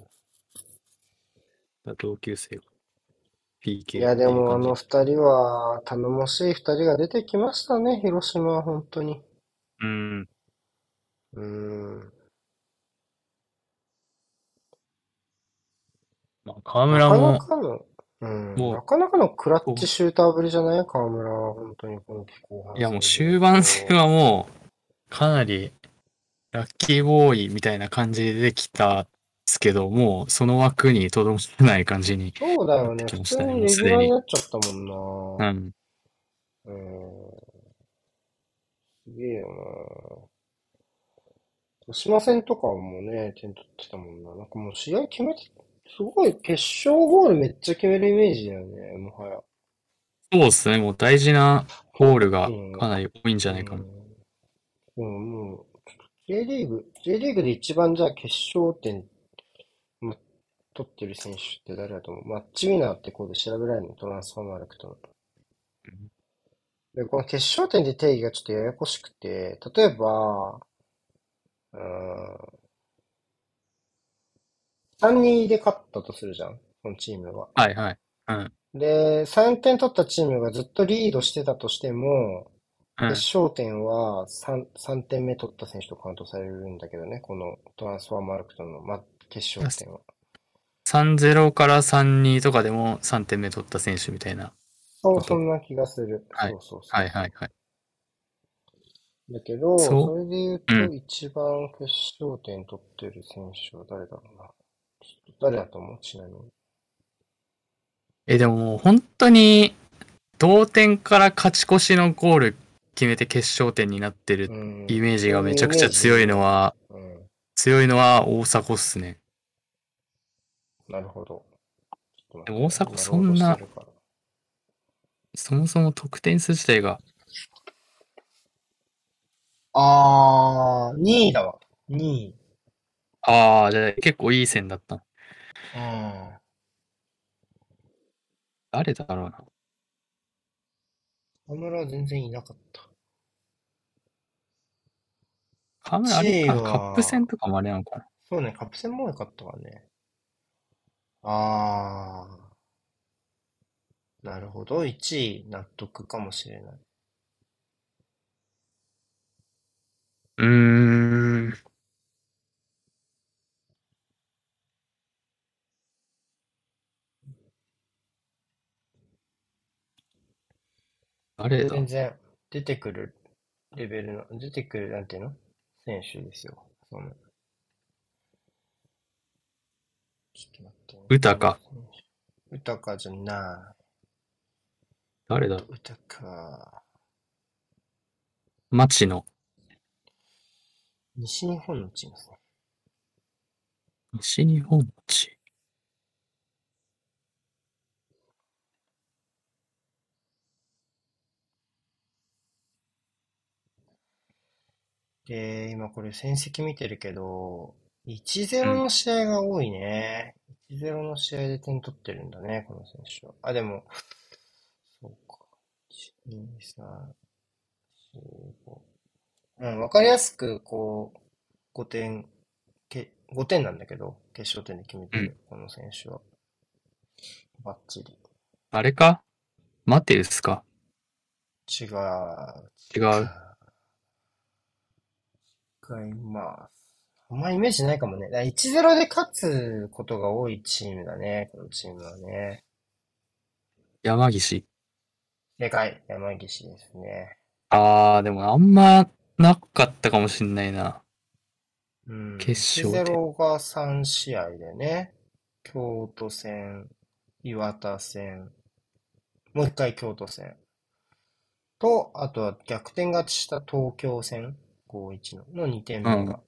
S2: 同級生が
S1: い
S2: PK っ
S1: や、で
S2: ていう
S1: もあ
S2: 感
S1: の
S2: じ。
S1: 二人は頼もしい二人が出てきましたね、広島は本当に。
S2: うん。
S1: うん。
S2: まあ、川
S1: な
S2: 村
S1: かな
S2: も、
S1: かの、うん、
S2: も
S1: な
S2: う、
S1: かなかのクラッチ
S2: こ
S1: シューターぶりじゃない河村は本当に今季後
S2: うい
S1: 半
S2: や
S1: そ
S2: も
S1: れで
S2: う
S1: い
S2: 終
S1: く
S2: 盤戦
S1: と。
S2: はもう、かなりラッキーボーイみたいな感じでできたっすけど、もうその枠にとどまらない感じに
S1: そうだ
S2: なっ
S1: よ
S2: て
S1: ね、
S2: き
S1: 普
S2: まし
S1: 通
S2: た
S1: に
S2: ね、もう
S1: レ
S2: す
S1: ギュ
S2: で
S1: ラーに
S2: に。
S1: なっちゃったも
S2: うんん。
S1: な。うん、すげえよな。島戦とかはもうね、点取ってたもんな。なんかもう試合決めて、すごい決勝ゴールめっちゃ決めるイメージだよね、もはや。
S2: そうですね、もう大事なゴール
S1: う
S2: が
S1: ん、
S2: かなり多いんじゃ
S1: う
S2: ないかも。
S1: ん。でももう、J リーグ、J リーグで一番じゃあ決勝点、ま、取ってる選手って誰だと思うマッチウィナーってコードで調べられるのトランスフォーマーレクトの。
S2: うん
S1: で、この決勝点で定義がちょっとややこしくて、例えば、うーん、3-2で勝ったとするじゃん、このチームは。
S2: はいはい。うん。
S1: で、3点取ったチームがずっとリードしてたとしても、
S2: う
S1: 決
S2: ん。
S1: 勝点は3、3点目取った選手とカウントされるんだけどね、このトランスファーマーレクトの、ま、決勝点は。
S2: 3-0から3-2とかでも3点目取った選手みたいな
S1: そう、
S2: こ
S1: そ
S2: と。
S1: んな気がする。
S2: は
S1: そ
S2: い。
S1: うそうそ
S2: は
S1: う
S2: いはい
S1: そ
S2: はい。
S1: う。だけど、
S2: そ
S1: それで言う
S2: う。う
S1: と、
S2: ん。
S1: 一番決勝点取ってる選手は誰だろうな。誰だと思うちなみに。
S2: え、でももう本当に、同点から勝ち越しのゴール決めて決勝点になってる
S1: う
S2: イ
S1: ん、
S2: メー
S1: そ
S2: ジ
S1: う
S2: が
S1: い
S2: め
S1: う
S2: ち
S1: イ
S2: ゃくち
S1: メー
S2: ゃ
S1: ジ
S2: 強い
S1: よ
S2: の
S1: ね。
S2: は、
S1: うん、
S2: 強いのは大迫っすね。
S1: なるほど。ちょっ
S2: で
S1: と
S2: も大
S1: 待ってね。
S2: 迫
S1: 今、
S2: そ
S1: ロード
S2: ん
S1: して
S2: な、
S1: るから。
S2: そもそも得点数自体が、
S1: あー、2位だわ。2位。
S2: ああ、じゃあ結構いい線だった。
S1: うん。
S2: 誰だろうな。
S1: 河村は全然いなかった。
S2: 河村あれ
S1: 1位
S2: か、カップ
S1: は、
S2: 戦とかもあれなのかな。
S1: そうね、カップ戦も多かったわね。あー、なるほど。1位、納得かもしれない。
S2: うーん、誰
S1: 全
S2: だ。
S1: 然、出てくるレベルの、出てくる、なんていうの選手ですよ。その、ちょっと待ってね、
S2: 歌
S1: 河村
S2: か。
S1: 選手。歌かじゃない。
S2: 誰
S1: えっ
S2: だ
S1: と、
S2: ろ
S1: 歌か。
S2: う。町野。
S1: 西日本のチームですね。
S2: 西日本町。
S1: で、今これ戦績見てるけど、
S2: う
S1: 1-0
S2: ん。
S1: の試合が多いね。1-0の試合で点取ってるんだね、この選手は。あ、でも、そうか。1、2、3、4、5。うん、わかりやすく、こう、5点、け、5点なんだけど、決勝点で決め
S2: う
S1: て
S2: ん。
S1: る、この選手は。バッチリ。
S2: あれかマテウスか
S1: 違う、
S2: 違う。
S1: 違う、違います。あんまイメージないかもね。だから1-0で勝つことが多いチームだね、このチームはね。
S2: 山岸。
S1: でかい、山岸ですね。
S2: あー、でもあんまなかったかもしんないな。
S1: う
S2: 決
S1: ん、
S2: 勝点。
S1: 1-0が3試合でね、京都戦、岩田戦、もう一回京都戦。と、あとは逆転勝ちした東京戦、5-1の、の2点
S2: う
S1: 目
S2: ん。
S1: が、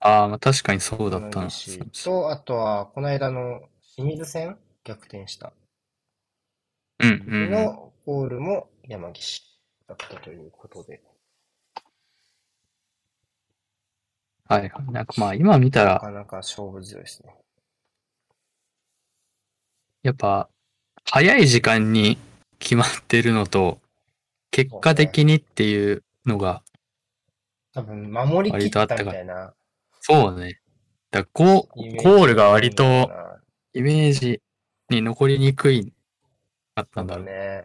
S2: あー、まあ、確かにそうだっ
S1: 山
S2: たな。そ
S1: 岸と、あとは、この間の清水戦、逆転した
S2: うんう
S1: 時
S2: んうん。
S1: のゴールも山岸だったということで、
S2: はいはい。なんかまあ今見た
S1: な
S2: ら、
S1: かなか勝負強いですね。
S2: やっぱ早い時間に決まってるのと、結
S1: そう
S2: 果
S1: ね。
S2: 的にっていうのが
S1: 多分、守り
S2: 割
S1: 切
S2: と
S1: っ
S2: あったた
S1: み
S2: か
S1: た
S2: ら。
S1: いな
S2: そうね。だからゴ、
S1: イメー
S2: ゴー
S1: ジ
S2: ル
S1: が
S2: が
S1: 強い
S2: 割
S1: んだろう
S2: と
S1: な。
S2: イメージに残りにくいかった
S1: そ
S2: ん
S1: う
S2: だ
S1: だ
S2: ろう。
S1: ね。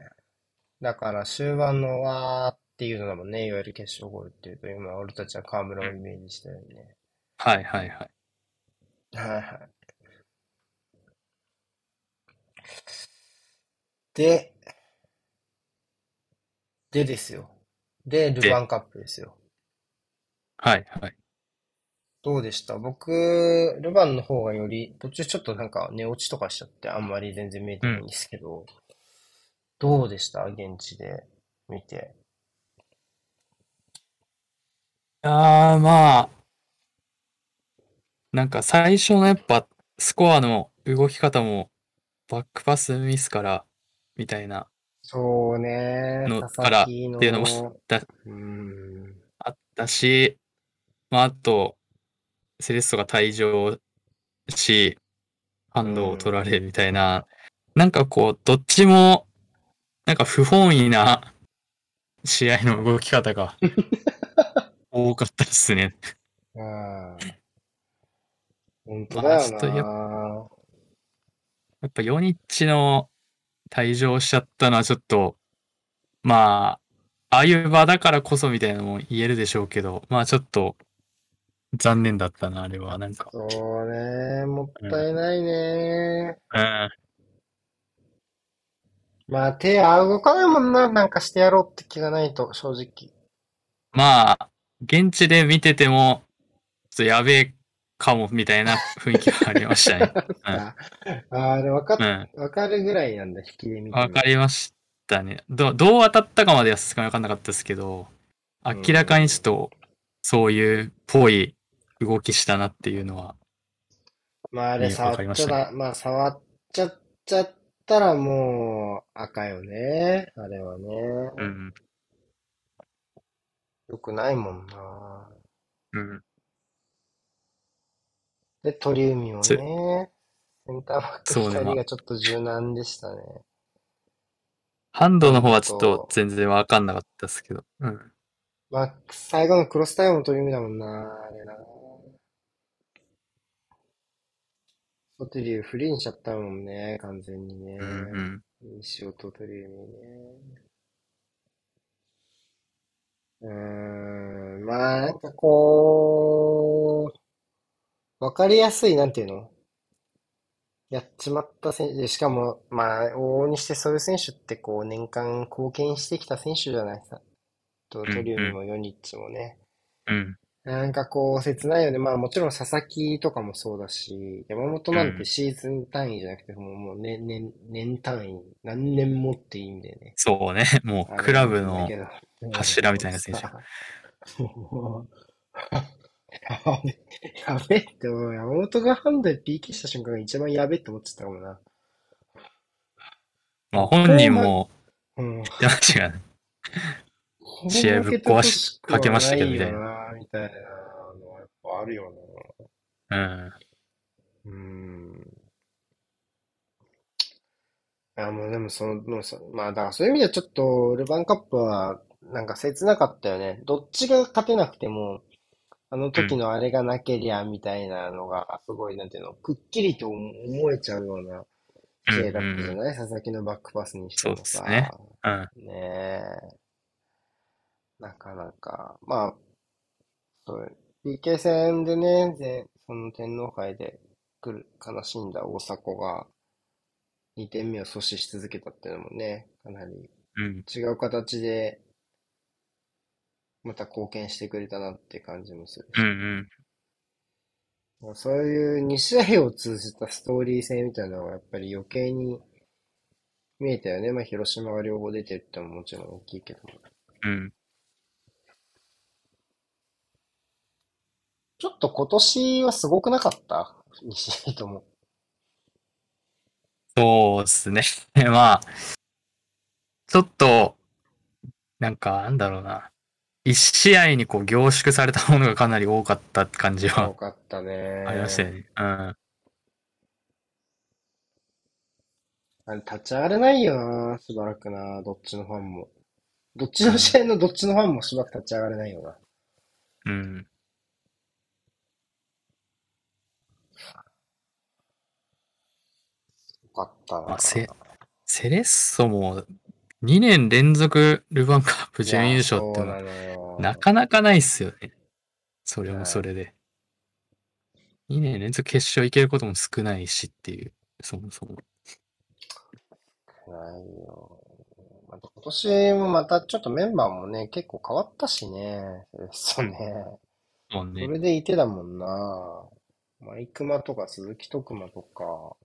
S1: だから終盤のわーっていうのだもんね、いわゆる決勝ゴールっていうと、今俺たちは河村
S2: う
S1: を
S2: ん。
S1: イメージしたようにね。
S2: はいはいはい。
S1: はいはい。で、でですよ。で、ルヴァ
S2: で、
S1: ンカップですよ。
S2: はいはい。
S1: どうでした僕、ルヴァンの方がより、途中ちょっとなんか寝落ちとかしちゃってあんまり全然見え
S2: う
S1: てないん
S2: ん。
S1: ですけど、どうでした現地で見て。
S2: ああ、まあ、なんか最初のやっぱスコアの動き方もバックパスミスからみたいな
S1: そうね、
S2: の
S1: 佐
S2: か
S1: 々
S2: ら
S1: 木
S2: っていうのも
S1: の、
S2: だ
S1: うーん、
S2: あったし、まああと、セレッソが退場し、ハ
S1: う
S2: ンドを取
S1: ん、
S2: られるみたいな、なんかこう、どっちも、なんか不本意な試合の動き方が多かったですね。
S1: ああ、本当だ
S2: まあ
S1: よ
S2: ちょっとやっ、
S1: な。
S2: やっぱヨニッチの退場しちゃったのはちょっと、まあ、ああいう場だからこそみたいなのも言えるでしょうけど、まあちょっと残念だったな、あれは、なんか。
S1: そうね、もっ
S2: うん。
S1: たいないね。
S2: うん
S1: まあ手は動かないもんな、なんかしてやろうって気がないと、正直。
S2: まあ、現地で見てても、ちょっとやべえかも、みたいな雰囲気はありました *laughs* ね。うん。
S1: ああれ、わか
S2: う
S1: っ、
S2: ん。
S1: わかるぐらいなんだ、引きで見て
S2: わか
S1: も。
S2: りましたね。ど、どう当たったかまではさすがにわかんなかったですけど、
S1: う
S2: 明らかにちょっ
S1: ん。
S2: と、そういう、ぽい動きしたなっていうのは、
S1: まあ、あれ、
S2: 見、わ
S1: 触
S2: か
S1: っ
S2: りま
S1: ち
S2: し
S1: ゃ
S2: たね。
S1: だ、まあ、触っちゃっちゃったらもう、赤よね。あれはね。
S2: うん。
S1: よくないもんな。
S2: うん。
S1: で、鳥海も
S2: そ、
S1: ね。センターバック
S2: そうね、
S1: 2
S2: ま
S1: 人
S2: あ、
S1: がちょっと柔軟でしたね。
S2: ハンド
S1: ハ
S2: の
S1: ン
S2: 方
S1: ド
S2: はちょっと
S1: と、
S2: 全然わかんなかったですけど。うん。
S1: まあ、最後のクロスタイムも鳥海だもんな。あれな。ホテルフリーにしちゃったもんね。完全に
S2: う
S1: ね。
S2: ん
S1: いい仕事、鳥海ね。うーん、まあ、なんかこう、わかりやすい、なんていうのやっちまった選手で、しかも、まあ、往々にしてそういう選手ってこう、年間貢献してきた選手じゃないですか。と、
S2: うん。
S1: 鳥
S2: う
S1: 海
S2: ん。
S1: もヨニッチもね。
S2: うん。
S1: なんかこう、切ないよね。まあ、もちろん佐々木とかもそうだし、山本
S2: う
S1: なんて
S2: ん。
S1: シーズン単位じゃなくて、もう、もう年、年、年単位、何年もっていい意味でね。
S2: そうね。 *laughs* もう
S1: あれ
S2: ク
S1: な
S2: ラ
S1: ん
S2: ブ
S1: だ
S2: の
S1: けど、
S2: 柱み
S1: も
S2: た
S1: う
S2: いな選手。
S1: さ、 *laughs* もう、やべ、やべって思う。山本がハンドで PK した瞬間が一番やべって思ってたかもな。
S2: まあ
S1: こ
S2: 本
S1: こ
S2: 人
S1: ま、
S2: も
S1: うん、
S2: 言ってましたが、
S1: こ
S2: 試合
S1: う負
S2: ぶっ
S1: けて
S2: 壊
S1: ほ
S2: し
S1: しく
S2: かけ
S1: は
S2: まし
S1: な
S2: たけど
S1: い
S2: み
S1: よ
S2: たい
S1: な。
S2: な。
S1: ーみたいなのはやっぱあるよ
S2: うん。
S1: な。うーん。あ、もうでもその、もうそ、まあだからそういう意味ではちょっと、ルヴァンカップは、なんか切なかったよね。どっちが勝てなくても、あの
S2: う
S1: 時
S2: ん。
S1: のあれがなけりゃみたいなのが、すごい、なんていうの、くっきりと思えちゃうような
S2: うん。
S1: プレーだ
S2: う
S1: った
S2: ん。う
S1: じゃ
S2: ん
S1: ない佐々木のバックパスにして
S2: そう
S1: も
S2: ですね。
S1: さ、
S2: うん。
S1: ねえ、なかなか、まあ、そう、PK 戦でね、で、その天皇杯で来る、悲しんだ大迫が2点目を阻止し続けたっていうのもね、かなり
S2: うん。
S1: 違う形でまた貢献してくれたなって感じもする
S2: うん。
S1: し。
S2: うん。
S1: そういう2試合を通じたストーリー性みたいなのがやっぱり余計に見えたよね。まあ広島が両方出てるってのももちろん大きいけども。
S2: うん
S1: ちょっと今年はすごくなかった2試合とも。
S2: そうですね。 *laughs* まあ、ちょっと、なんか、なんだろうな。一試合にこう凝縮されたものがかなり多かったって感じ
S1: 多
S2: は
S1: かった
S2: ありましたよ
S1: ね。
S2: ね。うん。
S1: あれ立ち上がれないよな、しばらくな、どっちのファンも。どっち
S2: う
S1: の試
S2: ん。
S1: 合のどっちのファンもしばらく立ち上がれないよな。
S2: うん。
S1: よかった
S2: まあ、セ、
S1: な。
S2: セレッソも2年連続ルヴァンカップ
S1: い
S2: 準
S1: や、
S2: 優勝って
S1: そう
S2: のは
S1: なの
S2: な
S1: よ。
S2: かなかないっすよね。それも
S1: は
S2: そ
S1: い。
S2: れで。2年連続決勝行けることも少ないしっていう、そもそも。。
S1: ないよ。また今年もまたちょっとメンバーもね、結構変わったしね。 *laughs* そううんね。
S2: もう
S1: そ
S2: ね。
S1: れでいてだもんな。マイクマとか鈴木徳馬とか、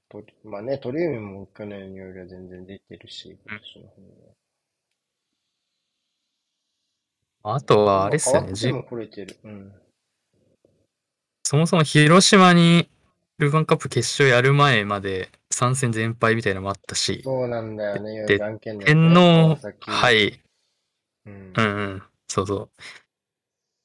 S1: と、まあね、鳥海も去年よりは全然出てるし、今
S2: うん
S1: 年の方も。
S2: あと
S1: メ
S2: は
S1: ン
S2: あ
S1: バ
S2: れっ
S1: ー変
S2: す
S1: わ
S2: よね。
S1: って
S2: じ、
S1: も来れてる。うん。
S2: そもそも広島にルヴァンカップ決勝やる前まで3戦全敗みたいなのもあったし、
S1: そうなんだよね。いわゆる
S2: で、
S1: じゃんけんだよ
S2: 天
S1: ね。川
S2: 皇
S1: 崎。
S2: 杯、
S1: う。
S2: うんんうん、そうそう。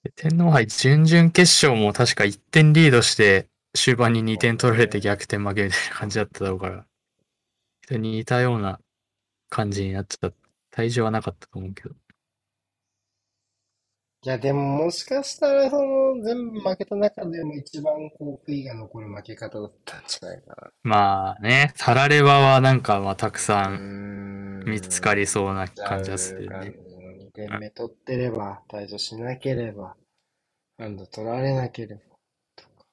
S2: で天皇杯準々決勝も確か1点リードして終盤に
S1: そ
S2: 2点
S1: う
S2: 取られて
S1: ね。
S2: 逆転負けみたいな感じだっただろうから、似たような感じになっちゃった。退場はなかったと思うけど。
S1: いや、でももしかしたら、その、全部負けた中でも一番こう、悔いが残る負け方だったんじゃないかな。
S2: まあね、タラレバはなんかまあたく
S1: う
S2: さ
S1: ー
S2: ん見つかり
S1: ん、
S2: そうな
S1: ちゃ
S2: 感じはす
S1: う
S2: るよ
S1: 感
S2: ね。
S1: じの2
S2: う
S1: 点目取ってれば、退場しなければ、ハンド取られなければ、とか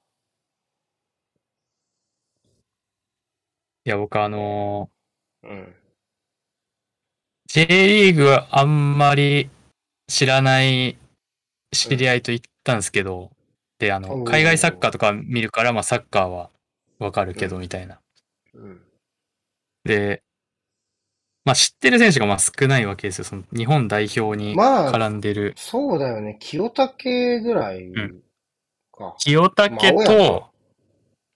S2: いや、僕あ
S1: ね。
S2: の
S1: うん。
S2: ー、J リーグはあんまり知らない知
S1: う
S2: り
S1: ん。
S2: 合いと行ったんですけど、で、あの、海外サッ
S1: お
S2: カー
S1: ー。
S2: とか見るから、まあサッカーはわかる
S1: う
S2: けど、
S1: ん。
S2: みたいな。
S1: うん。
S2: で、まあ知ってる選手がまあ少ないわけですよ。その日本代表に
S1: まあ、
S2: 絡んでる。
S1: そうだよね。清武ぐらい
S2: うん。
S1: か。
S2: 清
S1: まあ、
S2: 武
S1: 青山
S2: と、
S1: か。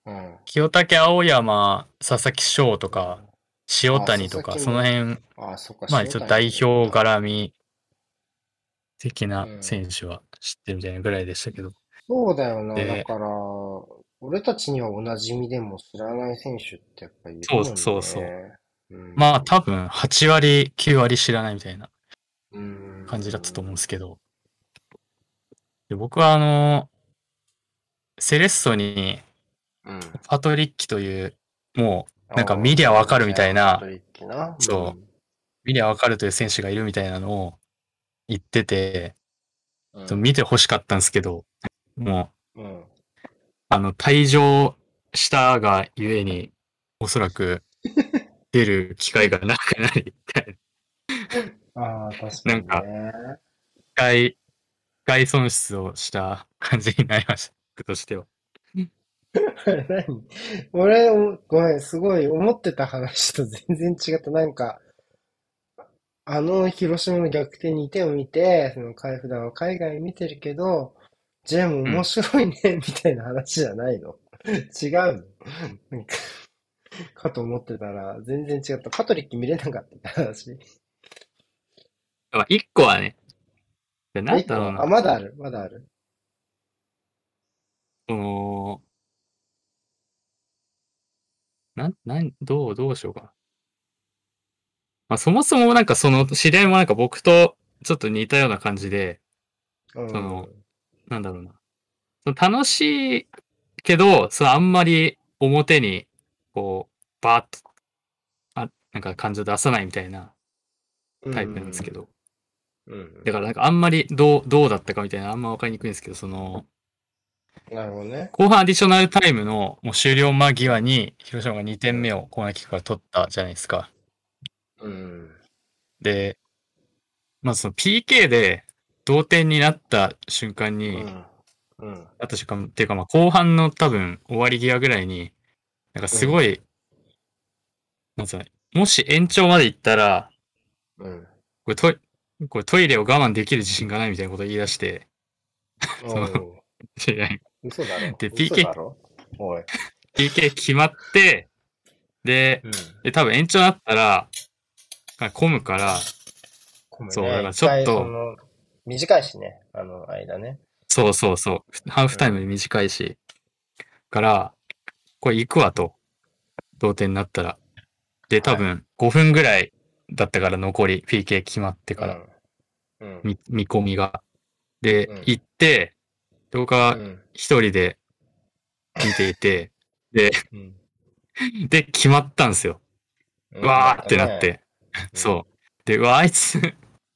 S1: うん。
S2: 清武、青山、佐々木翔と
S1: う
S2: か、
S1: ん。
S2: 塩
S1: あ、佐
S2: 谷と
S1: 々
S2: か、
S1: 木
S2: その
S1: も、
S2: 辺、
S1: あ、そっか、
S2: まあ
S1: 塩
S2: 一応
S1: 谷
S2: 代
S1: もい
S2: 表
S1: たね。
S2: 絡み的
S1: う。
S2: なん選手は知ってるみたいなぐらいでしたけど。
S1: そうだよな。だ
S2: で、
S1: から、俺たちにはおなじみでも知らない選手ってやっぱいる
S2: そう
S1: もん
S2: そうそう。
S1: ね。う
S2: まあ
S1: ん。
S2: 多分8割、9割知らないみたいな
S1: うー
S2: 感じだったと思うん
S1: ん。
S2: ですけど。で、僕はあの、セレッソに
S1: うん。
S2: パトリッキという、もうなんか
S1: ああ、
S2: 見り
S1: ジ
S2: ゃ
S1: ョ
S2: わ
S1: ー
S2: かる
S1: ジ
S2: みた
S1: ア・
S2: い
S1: パト
S2: な、
S1: リッキな。う
S2: そう、
S1: ん。
S2: 見りゃわかるという選手がいるみたいなのを言ってて、
S1: う。
S2: そうん見て欲しかったんですけど、もう、
S1: うん。
S2: あの、退場したがゆえに、おそらく出る機会がなくなり、 *laughs* みたい
S1: ああ、確か
S2: ななん
S1: に
S2: か、
S1: ね。
S2: 機会、機会損失をした感じになりました、僕としては。うん
S1: *laughs* 何俺、おごめん、すごい思ってた話と *laughs* 全然違った。なんか、あの広島の逆転に点を見て、その海普段は海外見てるけど、ジェーム
S2: う
S1: 面
S2: ん
S1: 白いね、 *laughs* みたいな話じゃないの。 *laughs* 違うの。なんか、かと思ってたら、全然違った。パトリック見れなかったって話。
S2: まあ、一個はね、でな
S1: あ、
S2: ん
S1: 一
S2: だ
S1: 個
S2: ろう
S1: は、あ、
S2: *laughs* な。
S1: まだある、まだある。
S2: その、なん、なん、どう、どうしようかな。まあ、そもそもなんかその知り合いもなんか僕とちょっと似たような感じで、
S1: う
S2: その、
S1: ん。
S2: なんだろうな。その楽しいけど、そのあんまり表に、こう、バーッと、あ、なんか感情出さないみたいな
S1: う
S2: タイプなんですけ
S1: ん。
S2: ど。
S1: うん。
S2: だからなんかあんまりどう、どうだったかみたいなあんまわかりにくいんですけど、その、
S1: なるほどね。
S2: 後半アディショナルタイムのもう終了間際に、広島が2
S1: う
S2: 点目
S1: ん。
S2: をコーナーキックから取ったじゃないですか。
S1: うん。
S2: で、まずその PK で同点になった瞬間
S1: う
S2: に、
S1: ん。うん。
S2: あった瞬間っていうかまあ後半の多分終わり際ぐらいに、なんか
S1: う
S2: すご
S1: ん。
S2: い、なんつうの、もし延長まで行ったら、 *laughs*
S1: うん。
S2: これトイ、これトイレを我慢できる自信がないみたいなことを言い出して、 *laughs* その、
S1: おう。
S2: 知り合い
S1: 嘘だろ。
S2: で、
S1: 嘘
S2: PK、
S1: だろ。おい。
S2: PK 決まって、で、
S1: うん。
S2: で、多分延長だったら、あ混むから、
S1: ごめん
S2: そう、
S1: ね。
S2: だから
S1: 一
S2: ちょっ
S1: 回、そ
S2: と、
S1: の、短いしね。あの、間ね。
S2: そうそうそう、ハー
S1: う
S2: フタイム
S1: ん。
S2: で短いし、から、これ行くわと、同点になったら。で、多
S1: はい。
S2: 分5分ぐらいだったから残り PK 決まって
S1: う
S2: から、
S1: ん。うん。
S2: み見込みが。で、
S1: うん。
S2: 行って、で僕
S1: う
S2: は
S1: ん。
S2: 一人で見ていて、で、
S1: うん。
S2: で、決まったんですよ。
S1: うん、や
S2: わ
S1: っ
S2: ーったてなっ
S1: ね。
S2: て。
S1: うん。
S2: そう。で、うわあいつ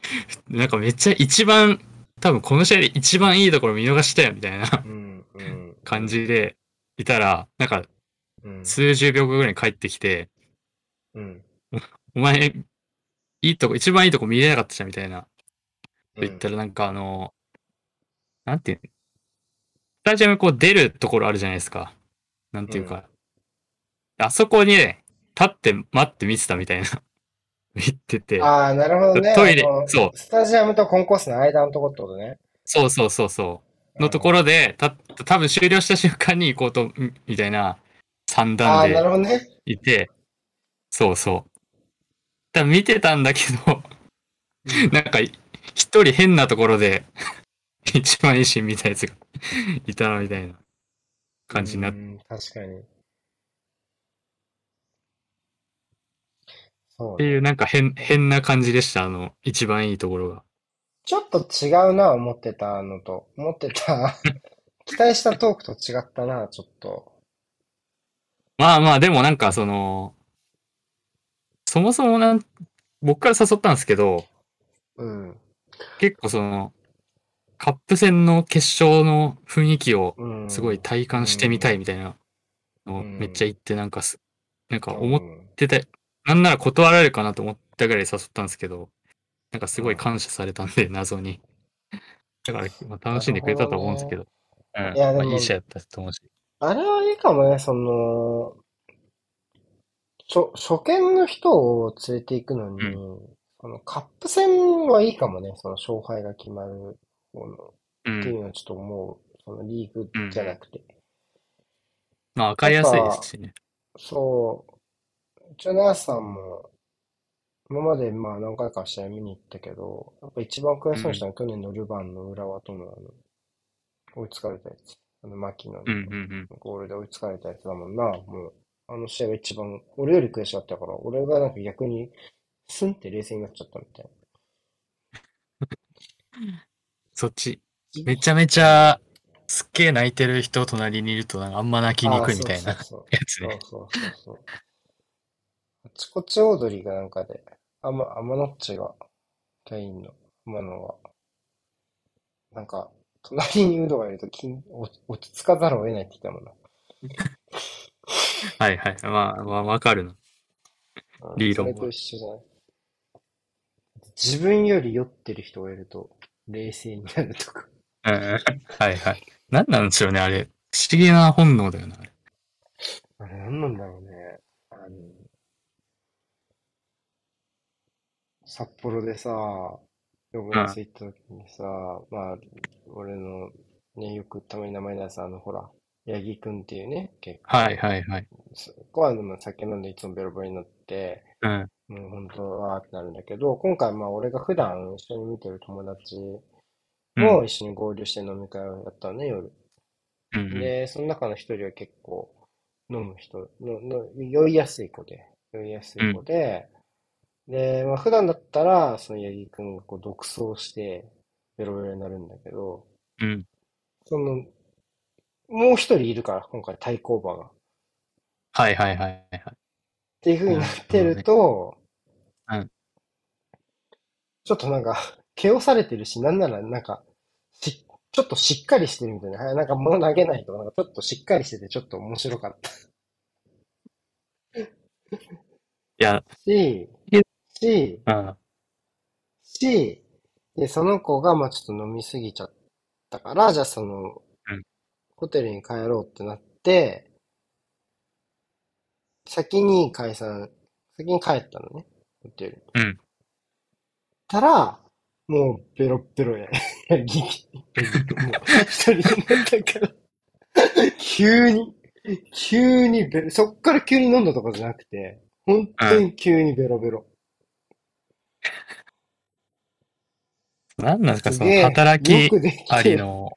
S2: *laughs* なんかめっちゃ一番、多分この試合で一番いいところ見逃したよ、みたいな
S1: うん。うん。う
S2: 感
S1: ん。
S2: じでいたら、なんか
S1: うん。
S2: 数十秒後ぐらいに帰ってきて、
S1: うん。
S2: お前、いいとこ、一番いいとこ見れなかったじゃん、みたいな。
S1: う
S2: 言っ
S1: ん。
S2: たらなんかあの、なんていうの、スタジアムこう出るところあるじゃないですか。なん
S1: う。
S2: ていうんか、あそこにね、立って待って見てたみたいな、 *laughs* 言ってて、
S1: ああ、なるほどね。
S2: ト
S1: あ
S2: イレ、
S1: の、
S2: そう、
S1: スタジアムとコンコースの間のとこってことね。
S2: そうそうそうそう。のところ
S1: あ
S2: で、た、多分終了した瞬間に行こうと、んみたいな算段
S1: あ、あーなる
S2: で
S1: ほどね。
S2: いて、そうそう。多分見てたんだけど、
S1: うん。
S2: なんか、一人変なところで、 *laughs* 一番いいシーン見たやつが *laughs* いたな、みたいな
S1: うー
S2: 感じになって、
S1: ん、確かに。
S2: っ
S1: そう
S2: ていう
S1: ね。
S2: なんか変、変な感じでした、あの、一番いいところが。
S1: ちょっと違うな、思ってたのと。思ってた。 *laughs* 期待したトークと違ったな、ちょっと。
S2: まあまあ、でもなんかその、そもそもなん、僕から誘ったんですけど、
S1: うん。
S2: 結構その、カップ戦の決勝の雰囲気を
S1: う
S2: すごい
S1: ん。
S2: 体
S1: う
S2: 感してみたい
S1: ん。
S2: みたいな
S1: う
S2: のをめっちゃ
S1: ん。
S2: 言ってなんかす、なんか
S1: う
S2: 思っ
S1: ん。
S2: てて、なんなら断られるかなと思ったぐらい誘ったんですけど、なんかす
S1: う
S2: ごい
S1: ん。
S2: 感謝されたんで、謎に。だから、まあ、楽
S1: な
S2: しん
S1: る
S2: でくれ
S1: ほ
S2: た
S1: ど
S2: とは思うんです
S1: ね。
S2: けど、う
S1: い
S2: ん。
S1: や、で
S2: まあ、いい
S1: も、
S2: 試合だったと思うし。
S1: あれはいいかもね、その、ちょ、初見の人を連れて行くの
S2: うん。
S1: に、そのカップ戦はいいかもね、その勝敗が決まるものっ
S2: う
S1: てい
S2: ん。
S1: うのはちょっと思う。そのリーグ
S2: うんう。
S1: じゃなんくて。
S2: まあ、わか
S1: や
S2: り
S1: っ
S2: やすいです
S1: ぱ、
S2: しね。
S1: そう、ジョナサンも、今までまあ何回か試合見に行ったけど、やっぱ一番悔
S2: う
S1: しそうにした
S2: ん。
S1: のは去年のルヴァンの浦和とのあの、追いつかれたやつ。あの、牧野の
S2: うんうんうん。
S1: ゴールで追いつかれたやつだもんな、もう。あの試合が一番、俺より悔しかったから、俺がなんか逆に、スンって冷静になっちゃったみたいな。
S2: そっち、
S1: い
S2: めちゃめち
S1: うん。
S2: ゃ、すっげえ泣いてる人隣にいると、なんかあんま泣きに
S1: ああ、
S2: くいみ
S1: そう
S2: たいな
S1: そうそう。
S2: やつ
S1: そう
S2: ね。
S1: そうそうそう。あちこちオードリーがなんかで、あま、天のっちが、キャインの、天野が、なんか、隣にウドがいると緊落ち落ち着かざるを得ないって言ってたもんな。
S2: はいはい。まあ、まあ、わかるの。
S1: うん、
S2: 理
S1: それ
S2: 論
S1: と
S2: は。
S1: 一緒じゃない。自分より酔ってる人がいると、冷静になるとか。
S2: うん。はいはい。なんなんでしょうね、あれ。不思議な本能だよな、あれ。
S1: あれ、なんなんだろうね。あの、札幌でさ、
S2: う
S1: 呼
S2: ん。
S1: ば
S2: は
S1: つ行った時にさ、まあ、俺の、ね、よくたまに名前出すあの、ほら、八木くんっていうね、結
S2: いは
S1: 構、
S2: いはい。
S1: そこはでも酒飲んでいつもベロベロになって、
S2: うん。
S1: もう本当はってなるんだけど、今回まあ俺が普段一緒に見てる友達
S2: うん。
S1: も一緒に合流して飲み会をやったのね、夜。
S2: うんうん。
S1: で、その中の一人は結構飲む人、の、の、酔いやすい子で、酔いやす
S2: う
S1: い
S2: ん。
S1: 子で、で、まあ普段だったら、その八木くんがこう独走して、ベロベロになるんだけど、
S2: うん。
S1: その、もう一人いるから、今回対抗馬が。っ
S2: はいはいはいはいはい。
S1: ていう風に
S2: な
S1: なっ
S2: るほ
S1: て
S2: ど
S1: る
S2: ね。
S1: と、
S2: うん。
S1: ちょっとなんか毛をされてるし、なんならなんか、し、ちょっとしっかりしてるみたいな。はいなんか物投げないとか、なんかちょっとしっかりしててちょっと面白かった
S2: いや、
S1: し、
S2: い
S1: し、
S2: うん。
S1: し、で、その子が、まあちょっと飲みすぎちゃったから、じゃあその、
S2: うん
S1: ホテルに帰ろうってなって、先に解散、先に帰ったのね、ホテルに。
S2: うん。
S1: たら、もうベロッベロや、ヤギ、ヤギくんもう一人になったから、急に、急にベロ、そっから急に飲んだとかじゃなくて、本
S2: う
S1: 当
S2: ん。
S1: に急にベロベロ。
S2: 何なんですか、
S1: す
S2: その
S1: げえ、
S2: 働
S1: よ
S2: き
S1: くでき
S2: あ
S1: て
S2: り
S1: る。
S2: の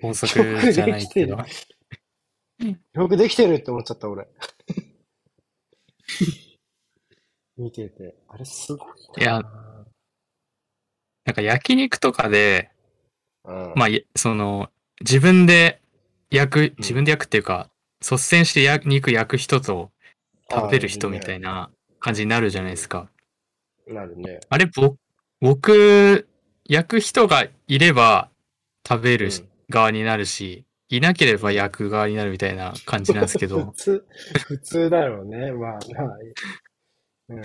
S2: 法
S1: よ
S2: 則
S1: く
S2: じゃ
S1: で
S2: な
S1: き
S2: い
S1: て
S2: け
S1: る。
S2: ど。うん
S1: よくできてるって思っちゃった、俺。 *laughs* 見てて。あれすごい
S2: いや、
S1: な
S2: なんか焼肉とかで、
S1: ぁ。
S2: まあ、いその、自分で焼く、
S1: う
S2: 自
S1: ん。
S2: 分で焼くっていうか、率先して焼肉焼く人と
S1: うん。
S2: 食
S1: ああ、
S2: べ
S1: い
S2: る
S1: る
S2: 人みた
S1: ね。
S2: いな感じになるじゃないです
S1: う
S2: か。
S1: ん。なるね。
S2: あれ、ぼ、僕、焼く人がいれば食べ
S1: う
S2: る
S1: ん。
S2: 側になるし、いなけれ
S1: う
S2: ば
S1: ん。
S2: 焼く側になるみたいな感じなんですけ
S1: 普 *laughs*
S2: ど、
S1: 通、普通だろうね。まあ、まあ、うん。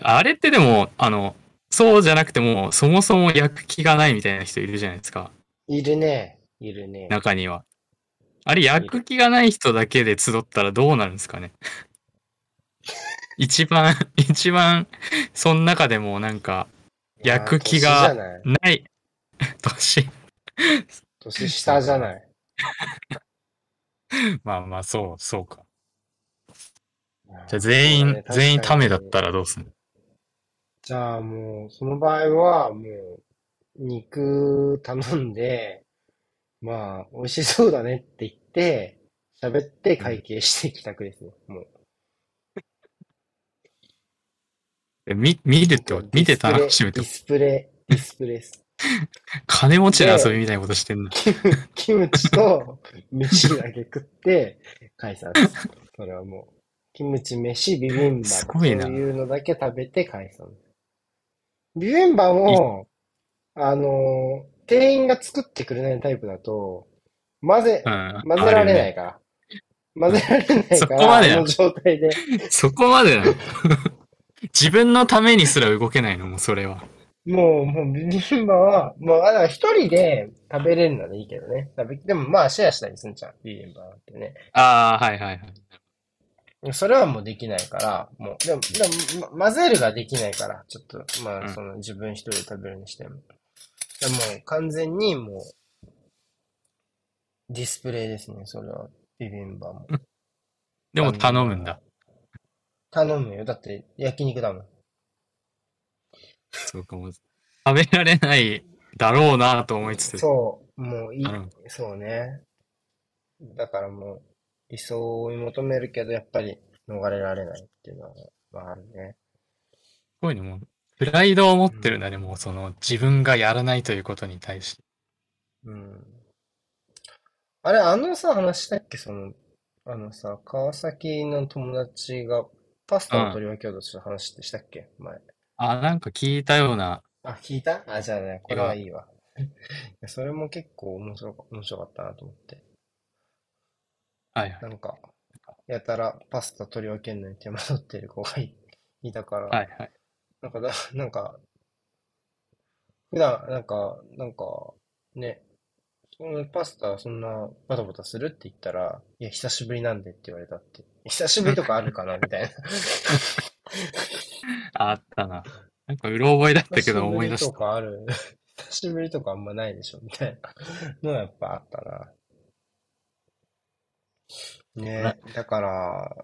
S2: あれってでも、あの、そうじゃなくても、そもそも焼く気がないみたいな人いるじゃないですか、
S1: いるね。いるね。
S2: 中には。あれ、
S1: い
S2: 焼く
S1: る。
S2: 気がない人だけで集ったらどうなるんで
S1: *laughs*
S2: すかね。一番、一番、その中でもなんか、焼
S1: まあ、
S2: く気
S1: 年じゃ
S2: が
S1: ない。
S2: ない年。
S1: 年
S2: そう
S1: 下じゃ
S2: か。
S1: ない。
S2: まあまあ、そう、そうか。じゃあ
S1: ああ、そう
S2: 全
S1: だ
S2: 員、
S1: ね。確
S2: 全員
S1: か
S2: ためだっ
S1: に。
S2: たらどうする
S1: じゃあもう、その場合は、もう、肉頼んで、 *laughs* まあ、美味しそうだねって言って、喋って
S2: うん。
S1: 会計して帰宅ですね。もう、
S2: え見、見るって
S1: も
S2: こ
S1: う
S2: と、
S1: ディ
S2: 見て
S1: スプ
S2: 楽
S1: レ
S2: しむっ
S1: イ、デ
S2: て
S1: ィ
S2: こ
S1: スプレイ、ディスプレイです。
S2: と。金持ちの遊び
S1: で、
S2: みたいなことしてんな。
S1: キム、キムチと飯だけ食って解散です。それはもう、キムチ、飯、ビビンバ
S2: す
S1: とか
S2: ごい
S1: そういう
S2: な。
S1: のだけ食べて解散。ビビンバ
S2: い、
S1: も、あのー店員が作ってくれないタイプだと、混
S2: う
S1: ぜ、
S2: ん、
S1: 混ぜ
S2: あ
S1: ら
S2: る
S1: れな
S2: ね。
S1: いから。混ぜ
S2: うん。
S1: られない
S2: そ
S1: か
S2: こま
S1: ら、あ
S2: でな
S1: の
S2: の。
S1: 状態で、
S2: そこまでなの。 *laughs* 自分のためにすら動けないの、もうそれは。
S1: もう、もうビビンバは、まあ、だから一人で食べれるならいいけどね。食べ、でもまあシェアしたりするじゃん、ビビンバってね。
S2: ああ、はいはいはい。
S1: それはもうできないから、もう、でも、でも、ま混ぜるができないから、ちょっと、まあ、
S2: うん。
S1: その自分一人で食べるにしても。でもう完全にもうディスプレイですね、それは。ビビンバも。
S2: で
S1: 完
S2: も
S1: 全
S2: 頼
S1: な
S2: む
S1: ら。
S2: んだ。
S1: 頼むよ。だって焼肉だもん。
S2: そうかも。食べられないだろうなと思いつつ、
S1: そう、もういい、
S2: 頼む。
S1: そうね。だからもう、理想を追い求めるけど、やっぱり逃れられないっていうのは、まああるね。
S2: すごいね、もう。プライドを持っ
S1: う
S2: てるんだ
S1: ん。
S2: ね、もうその自分がやらないということに対して。
S1: うん。あれ、あのさ、話したっけ、その、あのさ、川崎の友達がパス
S2: う
S1: タを
S2: ん。
S1: 取り分けようとした話ってしたっけ、前。
S2: あ、なんか聞いたような
S1: あ、聞いたあ、じゃあね、こ
S2: 気
S1: れは
S2: が。
S1: いいわ。いやそれも結構面白か、面白かったなと思って。
S2: はいは。
S1: ないんか、やたらパスタ取り分けるのに手間取ってる子がい、 *laughs* いたから、
S2: はいはい。
S1: なんかだ、 *laughs* なんか、普段、なんか、なんか、ね、そのパスタそんなバタバタするって言ったら、いや、久しぶりなんでって言われたって。久しぶ
S2: う
S1: り
S2: ん
S1: とかあるかなみたいな。
S2: あったな。なんかうろ覚えだっ
S1: 久
S2: たけ
S1: し
S2: ど
S1: ぶ
S2: 思い
S1: り
S2: 出し
S1: と
S2: た。
S1: かある久しぶりとかあんまないでしょみたいなのはやっぱあったな。
S2: な
S1: ね、だから、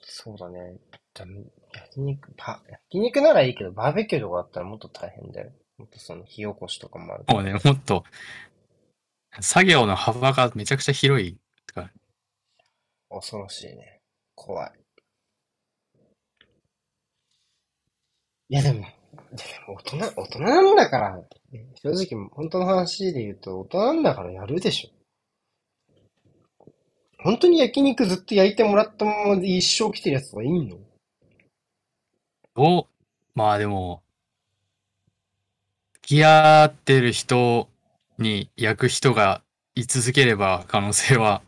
S1: そうだね。でも焼肉、ば焼肉ならいいけど、バーベキューとかあったらもっと大変だよ。もっとその火起こしとかもある
S2: も
S1: か
S2: うね、
S1: ら。
S2: もっと。作業の幅がめちゃくちゃ広いとか。
S1: 恐ろしいね。怖い。いやでも、いやでも大人、大人なんだから、正直、本当の話で言うと、大人なんだからやるでしょ。本当に焼肉ずっと焼いてもらったままで一生来てるやつとかいんの
S2: を、まあでも、付き合ってる人に焼く人がい続ければ可能性は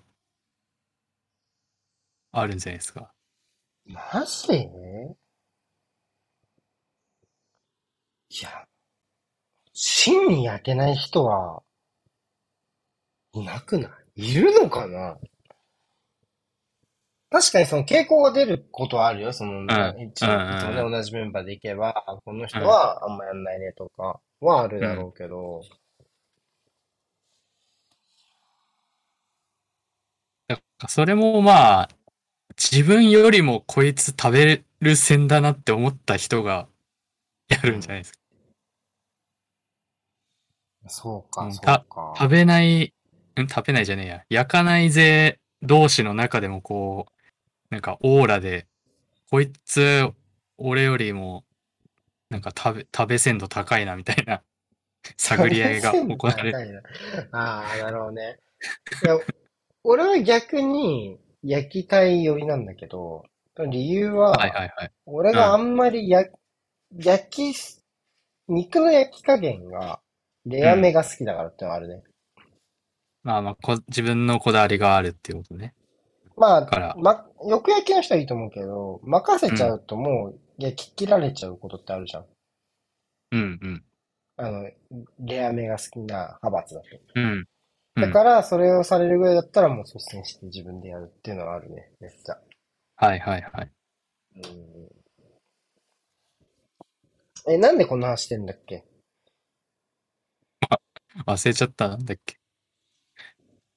S2: あるんじゃないですか。
S1: マジでね。いや、真に焼けない人は、いなくないいるのかな確かにその傾向が出ることはあるよ。その、
S2: うん、うん、
S1: な一
S2: う
S1: いつもね、
S2: ん、
S1: 同じメンバーでいけば、あこの
S2: う
S1: 人
S2: ん、
S1: はあんまやんないねとかはある
S2: う
S1: だ
S2: ん。
S1: ろうけど、
S2: だからそれもまあ、自分よりもこいつ食べる線だなって思った人がや
S1: う
S2: るんじ
S1: ん。
S2: ゃないですか。
S1: そう
S2: う
S1: か、
S2: ん、
S1: そう
S2: た、食
S1: か。
S2: べない、ん、食べないじゃねえや。焼かないぜ同士の中でもこう、なんかオーラで、こいつ、俺よりも、なんか食べ、食べ鮮度高いなみたいな *laughs* 探
S1: 食
S2: り
S1: べ
S2: 合いが
S1: 鮮度
S2: 行われる。
S1: 高いな。ああ、なるほどね。いや、俺は逆に焼きたい寄りなんだけど、理由
S2: はい
S1: は、
S2: はいはい。
S1: 俺
S2: う
S1: があ
S2: ん、
S1: んまり焼、焼き、肉の焼き加減がレ
S2: う
S1: アめ
S2: ん。
S1: が好きだからってのはあるね。
S2: まあまあこ、自分のこだわりがあるっていうことね。
S1: まあ、
S2: から、
S1: ま、よく焼きの人はいいと思うけど、任せ
S2: う
S1: ちゃ
S2: ん、
S1: うともう焼き切られちゃうことってあるじゃん。
S2: うん、うん、
S1: あの、レアめが好きな派閥だと。
S2: うん、う
S1: だ
S2: ん。
S1: から、それをされるぐらいだったらもう率先して自分でやるっていうのはあるね。めっちゃ。
S2: はいはいはい。
S1: うんえ、なんでこんな話してんだっけ
S2: 忘れちゃった、なんだっけ。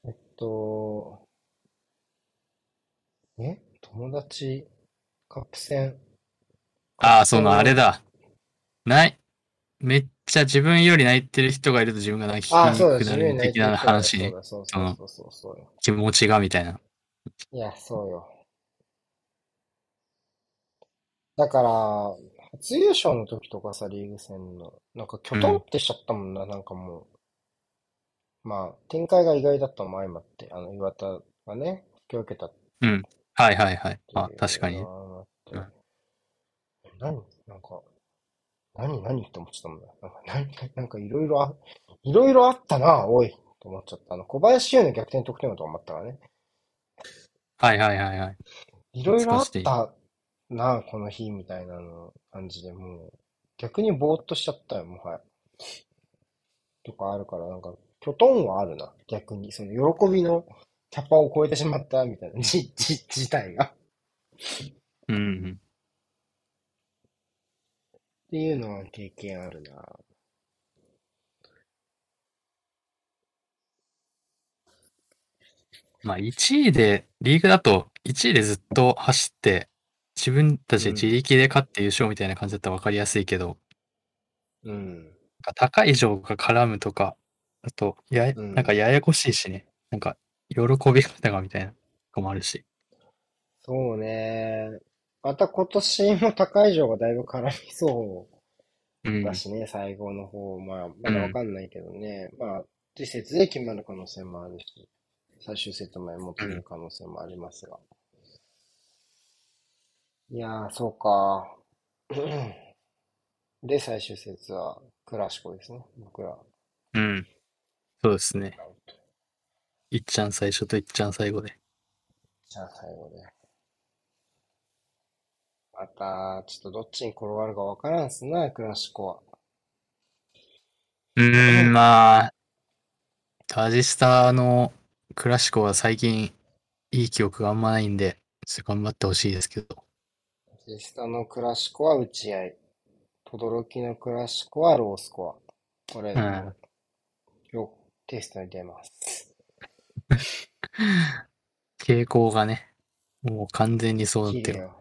S1: えっと、え友達、カップ戦、カッ
S2: あ
S1: プ
S2: あ、そ
S1: 戦
S2: のあれ
S1: の、
S2: だ。ない。めっちゃ自分より泣いてる人がいると自分が泣
S1: あ
S2: き
S1: あ、そ
S2: に
S1: うだ、
S2: く
S1: 自
S2: な
S1: 由
S2: る
S1: に泣い
S2: 的
S1: てる
S2: な
S1: 人が、
S2: 話
S1: そう
S2: ね。
S1: だ、そう
S2: そ
S1: そう
S2: の
S1: そうそう、そうよ。
S2: 気持ちがみたいな。
S1: いや、そうよ。だから、初優勝の時とかさ、リーグ戦の、なんか、きょ
S2: う
S1: とん
S2: ん。
S1: ってしちゃったもんな、なんかもう。まあ、展開が意外だったのも相まって、あの、岩田がね、引き分けたっ
S2: うん。はいはいはい。
S1: て
S2: まあ
S1: いう
S2: 確かに。
S1: のがあっ
S2: う
S1: て、
S2: ん。
S1: 何なんか、何何って思っちゃったもんな。なんか、何なんかいろいろあ、いろいろあったな、おい、と思っちゃった。あの、小林優の逆転得点王とかもあったからね。
S2: はいはいはいはい。
S1: いろいろあ
S2: 懐か
S1: っ
S2: しい。
S1: たな、この日、みたいなの感じでもう、逆にぼーっとしちゃったよ、もはや。とかあるから、なんか、きょとんはあるな。逆に、その、喜びのキャパを超えてしまった、みたいな、じ、じ、事態が。っ
S2: うん。
S1: ていうのは経験あるな。
S2: まあ1位で、リーグだと1位でずっと走って、自分た
S1: う
S2: ちで自
S1: ん、
S2: 力で勝って優勝みたいな感じだったら分かりやすいけど、
S1: うん、
S2: なんか高い情が絡むとか、あと、やや、
S1: う
S2: なんか
S1: ん。
S2: ややこしいしね。なんか、喜び方がみたいなのもあるし。
S1: そうね。また今年も高い上がだいぶ絡みそう
S2: う
S1: だ
S2: ん。
S1: しね、最後の方。まあ、ま
S2: う
S1: だわ
S2: ん。
S1: かんないけどね。まあ、次節で決まる可能性もあるし、最終節までも
S2: う
S1: つれる
S2: ん。
S1: 可能性もありますが。いやー、そうか。 *clears throat* で、最終節はクラシコですね。僕ら。
S2: うん。そうですね。いっちゃん最初といっちゃん最後で。
S1: じゃあ最後で。また、ちょっとどっちに転がるかわからんっすな、クラシコは。
S2: うーん、まあ、タジスタのクラシコは最近いい記憶があんまないんで、ちょっと頑張ってほしいですけど。
S1: 実下のクラシコは打ち合い。轟のクラシコはロースコア。こ
S2: う
S1: れ、
S2: ん。
S1: よ、テストに出ます。
S2: 傾向がね、もう完全にそうなっ
S1: 綺
S2: て
S1: 麗
S2: る。
S1: よ。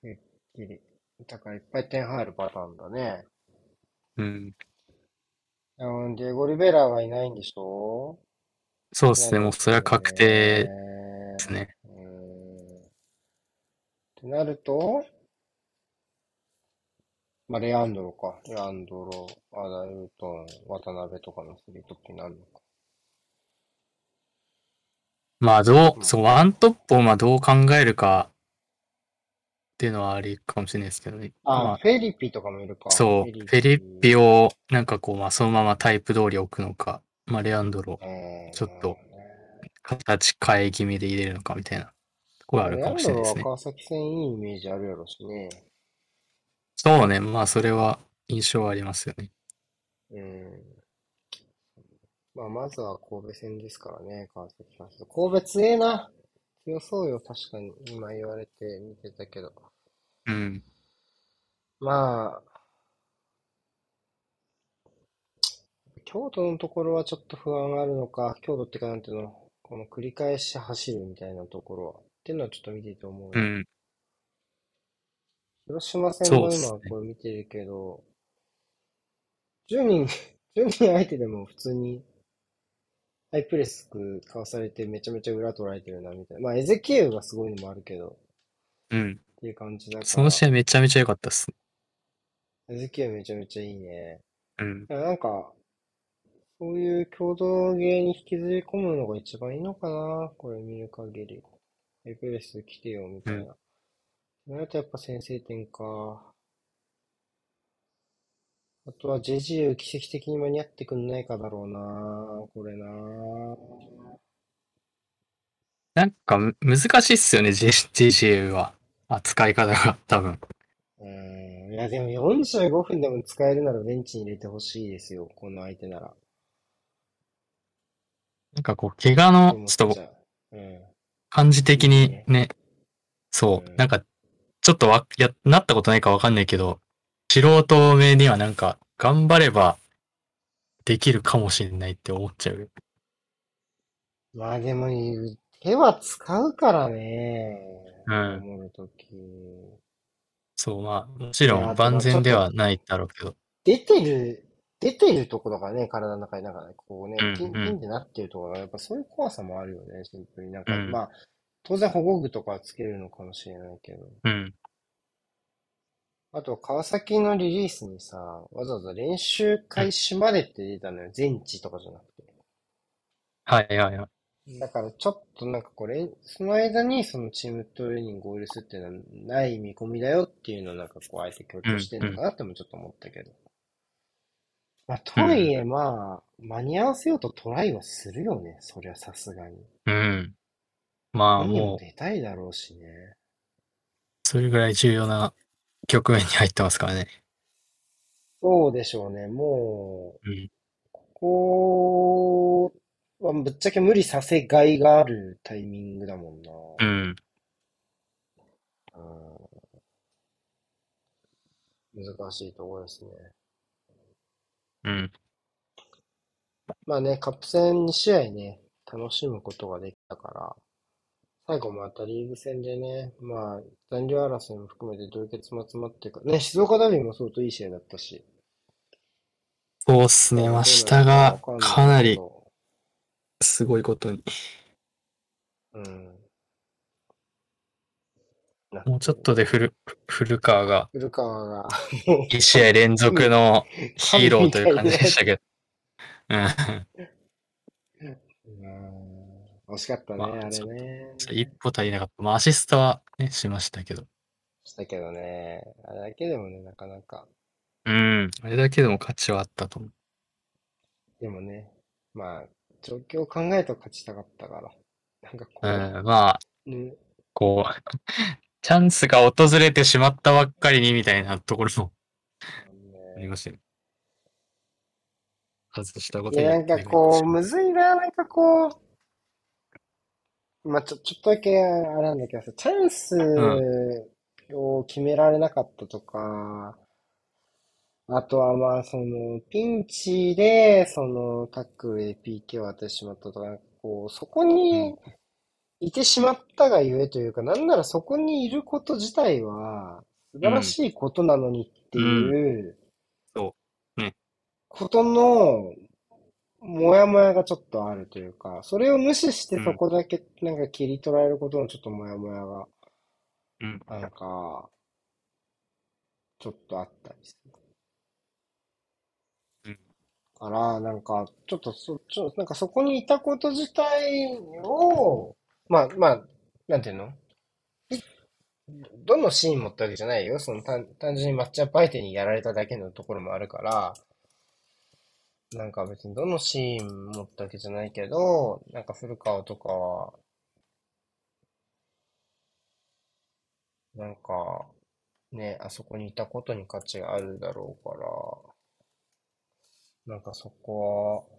S1: くっきり。だからいっぱい点入るパターンだね。
S2: うん。
S1: うん、ディエゴ・リベラはいないんでしょ
S2: そうで
S1: な
S2: すね。
S1: る
S2: もう
S1: ほ
S2: それは
S1: ど
S2: 確定で
S1: ね。
S2: すね。
S1: うーん。ってなると、まあ、レアンドロか。レアンドロ、アダルトン、渡辺とかのスリートップになるのか。
S2: まあどう、
S1: まあ、
S2: そう、ワントップをまあどう考えるかっていうのはありかもしれないですけどね。
S1: あ、
S2: まあ
S1: フェリピとかもいるか。フ
S2: そ
S1: ェ
S2: う、
S1: リ
S2: フェリッ
S1: ピ。
S2: ピをなんかこう、まあそのままタイプ通り置くのか、まあレアンドロ、
S1: うーん。
S2: ちょっと形変え気味で入れるのかみたいなところは
S1: まあ、レ
S2: ある
S1: ア
S2: かも
S1: ン
S2: し
S1: ド
S2: れな
S1: ロ
S2: いです
S1: は
S2: ね。
S1: 川崎戦いいイメージあるやろしね。
S2: そうね、まあそれは印象はありますよね。
S1: うん。まあ、まずは神戸戦ですからね、川崎さん。神戸強えな。強そうよ、確かに。今言われて見てたけど。
S2: うん。
S1: まあ、京都のところはちょっと不安があるのか、京都ってかなんていうの、この繰り返し走るみたいなところは、っていうのはちょっと見ていて思う
S2: う
S1: な。
S2: ん。
S1: 広島戦
S2: そう
S1: も
S2: です
S1: 今
S2: ね。
S1: これ見てるけど、10人、10人 *laughs* 相手でも普通にハイプレスかわされてめちゃめちゃ裏取られてるなみたいな。まあエゼキエウがすごいのもあるけど、
S2: うん。
S1: っていう感じだか
S2: その
S1: ら、
S2: 試合めちゃめちゃ良かったっす。
S1: エゼキエウめちゃめちゃいいね。
S2: うん。
S1: だからなんか、そういう共同芸に引きずり込むのが一番いいのかな、これ見る限り。エクレス来てよ、み
S2: う
S1: たい
S2: ん。
S1: な。なるとやっぱ先制点か。あとは JGU 奇跡的に間に合ってくんないかだろうな、これな。
S2: なんかむ難しいっすよね、J- JCU は。扱い方が多分。
S1: うーん、いやでも45分でも使えるならベンチに入れてほしいですよ、この相手なら。
S2: なんかこう、怪
S1: っ
S2: 我
S1: て
S2: の、
S1: 思っ
S2: ちょっ
S1: ち
S2: と
S1: ゃう。うん、
S2: 感じ
S1: いい
S2: 的
S1: し
S2: に
S1: ね。
S2: ね、
S1: う
S2: そう、なん
S1: ん。
S2: か、ちょっとわ、や、なったことないかわかんないけど、素人目にはなんか、頑張ればできるかもしれないって思っちゃう。
S1: まあでも、手は使うからね、
S2: うん。
S1: 守るとき。い
S2: そう、まあ、もちろ
S1: や、
S2: ん
S1: あと
S2: 万
S1: まあちょ
S2: 全
S1: っ
S2: で
S1: と
S2: はないだろうけど。
S1: 出てる、出てるところがね、体の中になんかね、こう
S2: う
S1: ね、ピンピンっ
S2: ん、
S1: てなってるところが、やっぱそういう怖さもあるよね、シンプルに。なん
S2: う
S1: か、
S2: ん、
S1: まあ、当然保護具とかはつけるのかもしれないけど。
S2: うん、
S1: あと、川崎のリリースにさ、わざわざ練習
S2: うん。
S1: 開始までって出たのよ、全治とかじゃなくて。
S2: はいはいはい。
S1: だからちょっとなんかこれ、その間にそのチームトレーニングを合流するっていうのはない見込みだよっていうのをなんかこうあえて強
S2: う
S1: 調し
S2: ん、
S1: てん
S2: う
S1: のか
S2: ん、
S1: なってもちょっと思ったけど。まあ、
S2: う
S1: とはい
S2: ん、
S1: えまあ、間に合わせようとトライはするよね。そりゃさすがに。
S2: うん。まあ、
S1: 本人も
S2: もう、
S1: 出たいだろうしね。
S2: それぐらい重要な局面に入ってますからね。
S1: そうでしょうね。もう、
S2: うん、
S1: ここはぶっちゃけ無理させがいがあるタイミングだもんな。
S2: うん、
S1: うん、難しいところですね。
S2: うん。
S1: まあね、カップ戦2試合ね、楽しむことができたから、最後またリーグ戦でね、まあ、残留争いも含めてどういう結末待ってるか、ね、静岡ダービーも相当いい試合だったし、
S2: そうっす
S1: まあ
S2: ね。
S1: ね、
S2: ま
S1: どうな
S2: あ
S1: る
S2: 下
S1: かわ
S2: が
S1: かんな
S2: か
S1: い
S2: な
S1: け
S2: り
S1: ど、
S2: すごいことに、
S1: うん、なっ
S2: もうちょ
S1: てる
S2: っとで
S1: ね。
S2: 古、古川が
S1: 古川
S2: *laughs*
S1: がもう
S2: 1試合
S1: 神、
S2: 連続
S1: 神、
S2: のヒ
S1: 神
S2: ーロー
S1: み
S2: とい
S1: た
S2: う
S1: い
S2: 感
S1: に
S2: じで
S1: なっ
S2: したけど。うん。 *laughs*
S1: うん、惜しかった
S2: ま
S1: ね、
S2: あ、
S1: あれ
S2: ちょっと、
S1: ね。
S2: ちょっと一歩足りなかった。まあ、アシストはね、しましたけど。
S1: したけどね、あれだけでもね、なかなか。
S2: うん。あれだけでも価値はあったと思う。
S1: でもね、まあ、状況を考えると勝ちたかったから、なんかこ
S2: うん。まあ、
S1: う、ね、
S2: こう、 *laughs* チャンスが訪れてしまったばっかりにみたいなところも *laughs* あり
S1: ね
S2: ましたよね。外したこ
S1: い
S2: と
S1: や、な
S2: に
S1: んか
S2: 恵まれて
S1: こう、
S2: しまっ
S1: むずいな、なんかこう、まあ、ちょ、ちょっとだけあれなんだけどさ、チャンス
S2: た。うん。
S1: を決められなかったとか、あとはまあ、その、ピンチで、その、タックルで PK を当ててしまったとか、なんかこう、そこ
S2: うん。
S1: にいてしまったがゆえというか、なんならそこにいること自体は、素
S2: う
S1: 晴ら
S2: ん。
S1: しいことなのにって
S2: うん。
S1: いう、
S2: そう。ね。
S1: ことの、もやもやがちょっとあるというか、それを無視して
S2: う
S1: そ
S2: ん、
S1: こだけなんか切り取られることのちょっともやもやが、
S2: うん。
S1: なんか、ちょっとあったりする。
S2: うん
S1: から、なんか、ちょっとそ、ちょ、なんかそこにいたこと自体を、まあ、まあ、なんていうのどのシーンもってわけじゃないよ。その単、単純にマッチアップ相手にやられただけのところもあるから、なんか別にどのシーンもってわけじゃないけど、なんか古川とかは、なんか、ね、あそこにいたことに価値があるだろうから、なんかそこは、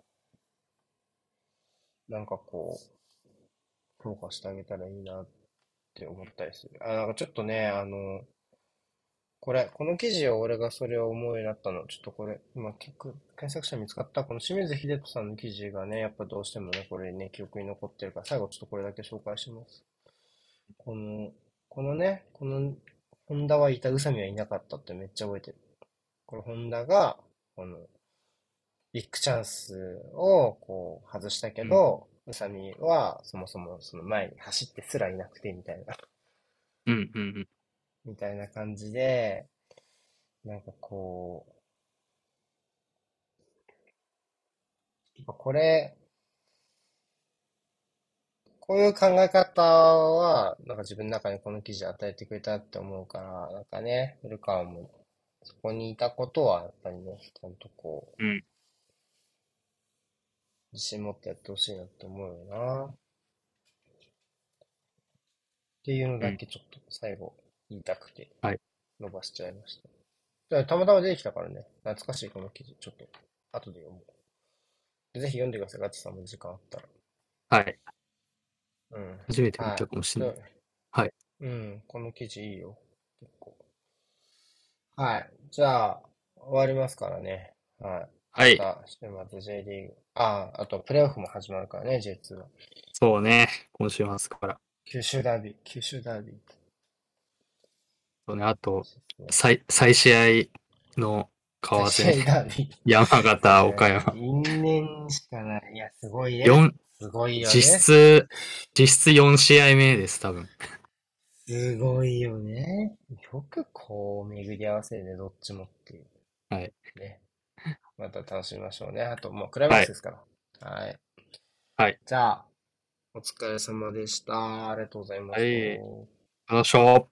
S1: なんかこう、評価してあげたらいいなって思ったりする。あ、なんかちょっとね、あの、これ、この記事を俺がそれを思うようになったの。ちょっとこれ、今結構検索者見つかった。この清水秀人さんの記事がね、やっぱどうしてもね、これね、記憶に残ってるから、最後ちょっとこれだけ紹介します。この、このね、この、本田はいた、宇佐美はいなかったってめっちゃ覚えてる。これ本田が、この、ビッグチャンスをこう外したけ
S2: うん、
S1: ど、宇佐美はそもそもその前に走ってすらいなくてみたいな、
S2: うん、うん、うん。
S1: みたいな感じで、なんかこう、やっぱこれ、こういう考え方は、なんか自分の中にこの記事与えてくれたって思うから、なんかね、古川も、そこにいたことは、やっぱりね、ちゃんとこう、
S2: うん
S1: 自信持ってやってほしいなって思うよな、っていうの
S2: う
S1: だ
S2: ん
S1: けちょっと最後言いたくて
S2: はい。
S1: 伸ばしちゃいました。じゃあたまたま出てきたからね、懐かしいこの記事、ちょっと、後で読もう。ぜひ読んでください、ガッツさんも時間あったら。
S2: はい。
S1: うん。
S2: 初めて見
S1: は
S2: たかも
S1: い。
S2: しれない。
S1: で、
S2: はい。
S1: うん、この記事いいよ。結構。はい。じゃあ、終わりますからね。はい。
S2: は
S1: ま
S2: い。
S1: た、週末 J リーグ。ああ、あと、プレーオフも始まるからね、J2 は。
S2: そうね。今週末から。
S1: 九州ダービー、九州ダービー。
S2: そうね。あと、
S1: そうですね。
S2: 再、再試合の
S1: 再
S2: 顔合わせね。
S1: 試合ダービー。
S2: 山形、岡
S1: ね、 *laughs*
S2: 山。
S1: 因縁しかない。いや、すごいね。
S2: 4、
S1: すごいよ
S2: 実
S1: ね。
S2: 質、実質4試合目です、多分。
S1: すごいよね。よくこう、巡り合わせるね、どっちもっていう。
S2: はい。
S1: ね。また楽しみましょうね。あと、もうクライマッ
S2: は
S1: クス
S2: い。
S1: ですから。はい。
S2: はい。
S1: じゃあ、お疲れ様でした。ありがとうございま
S2: は
S1: した。
S2: い。楽しょう。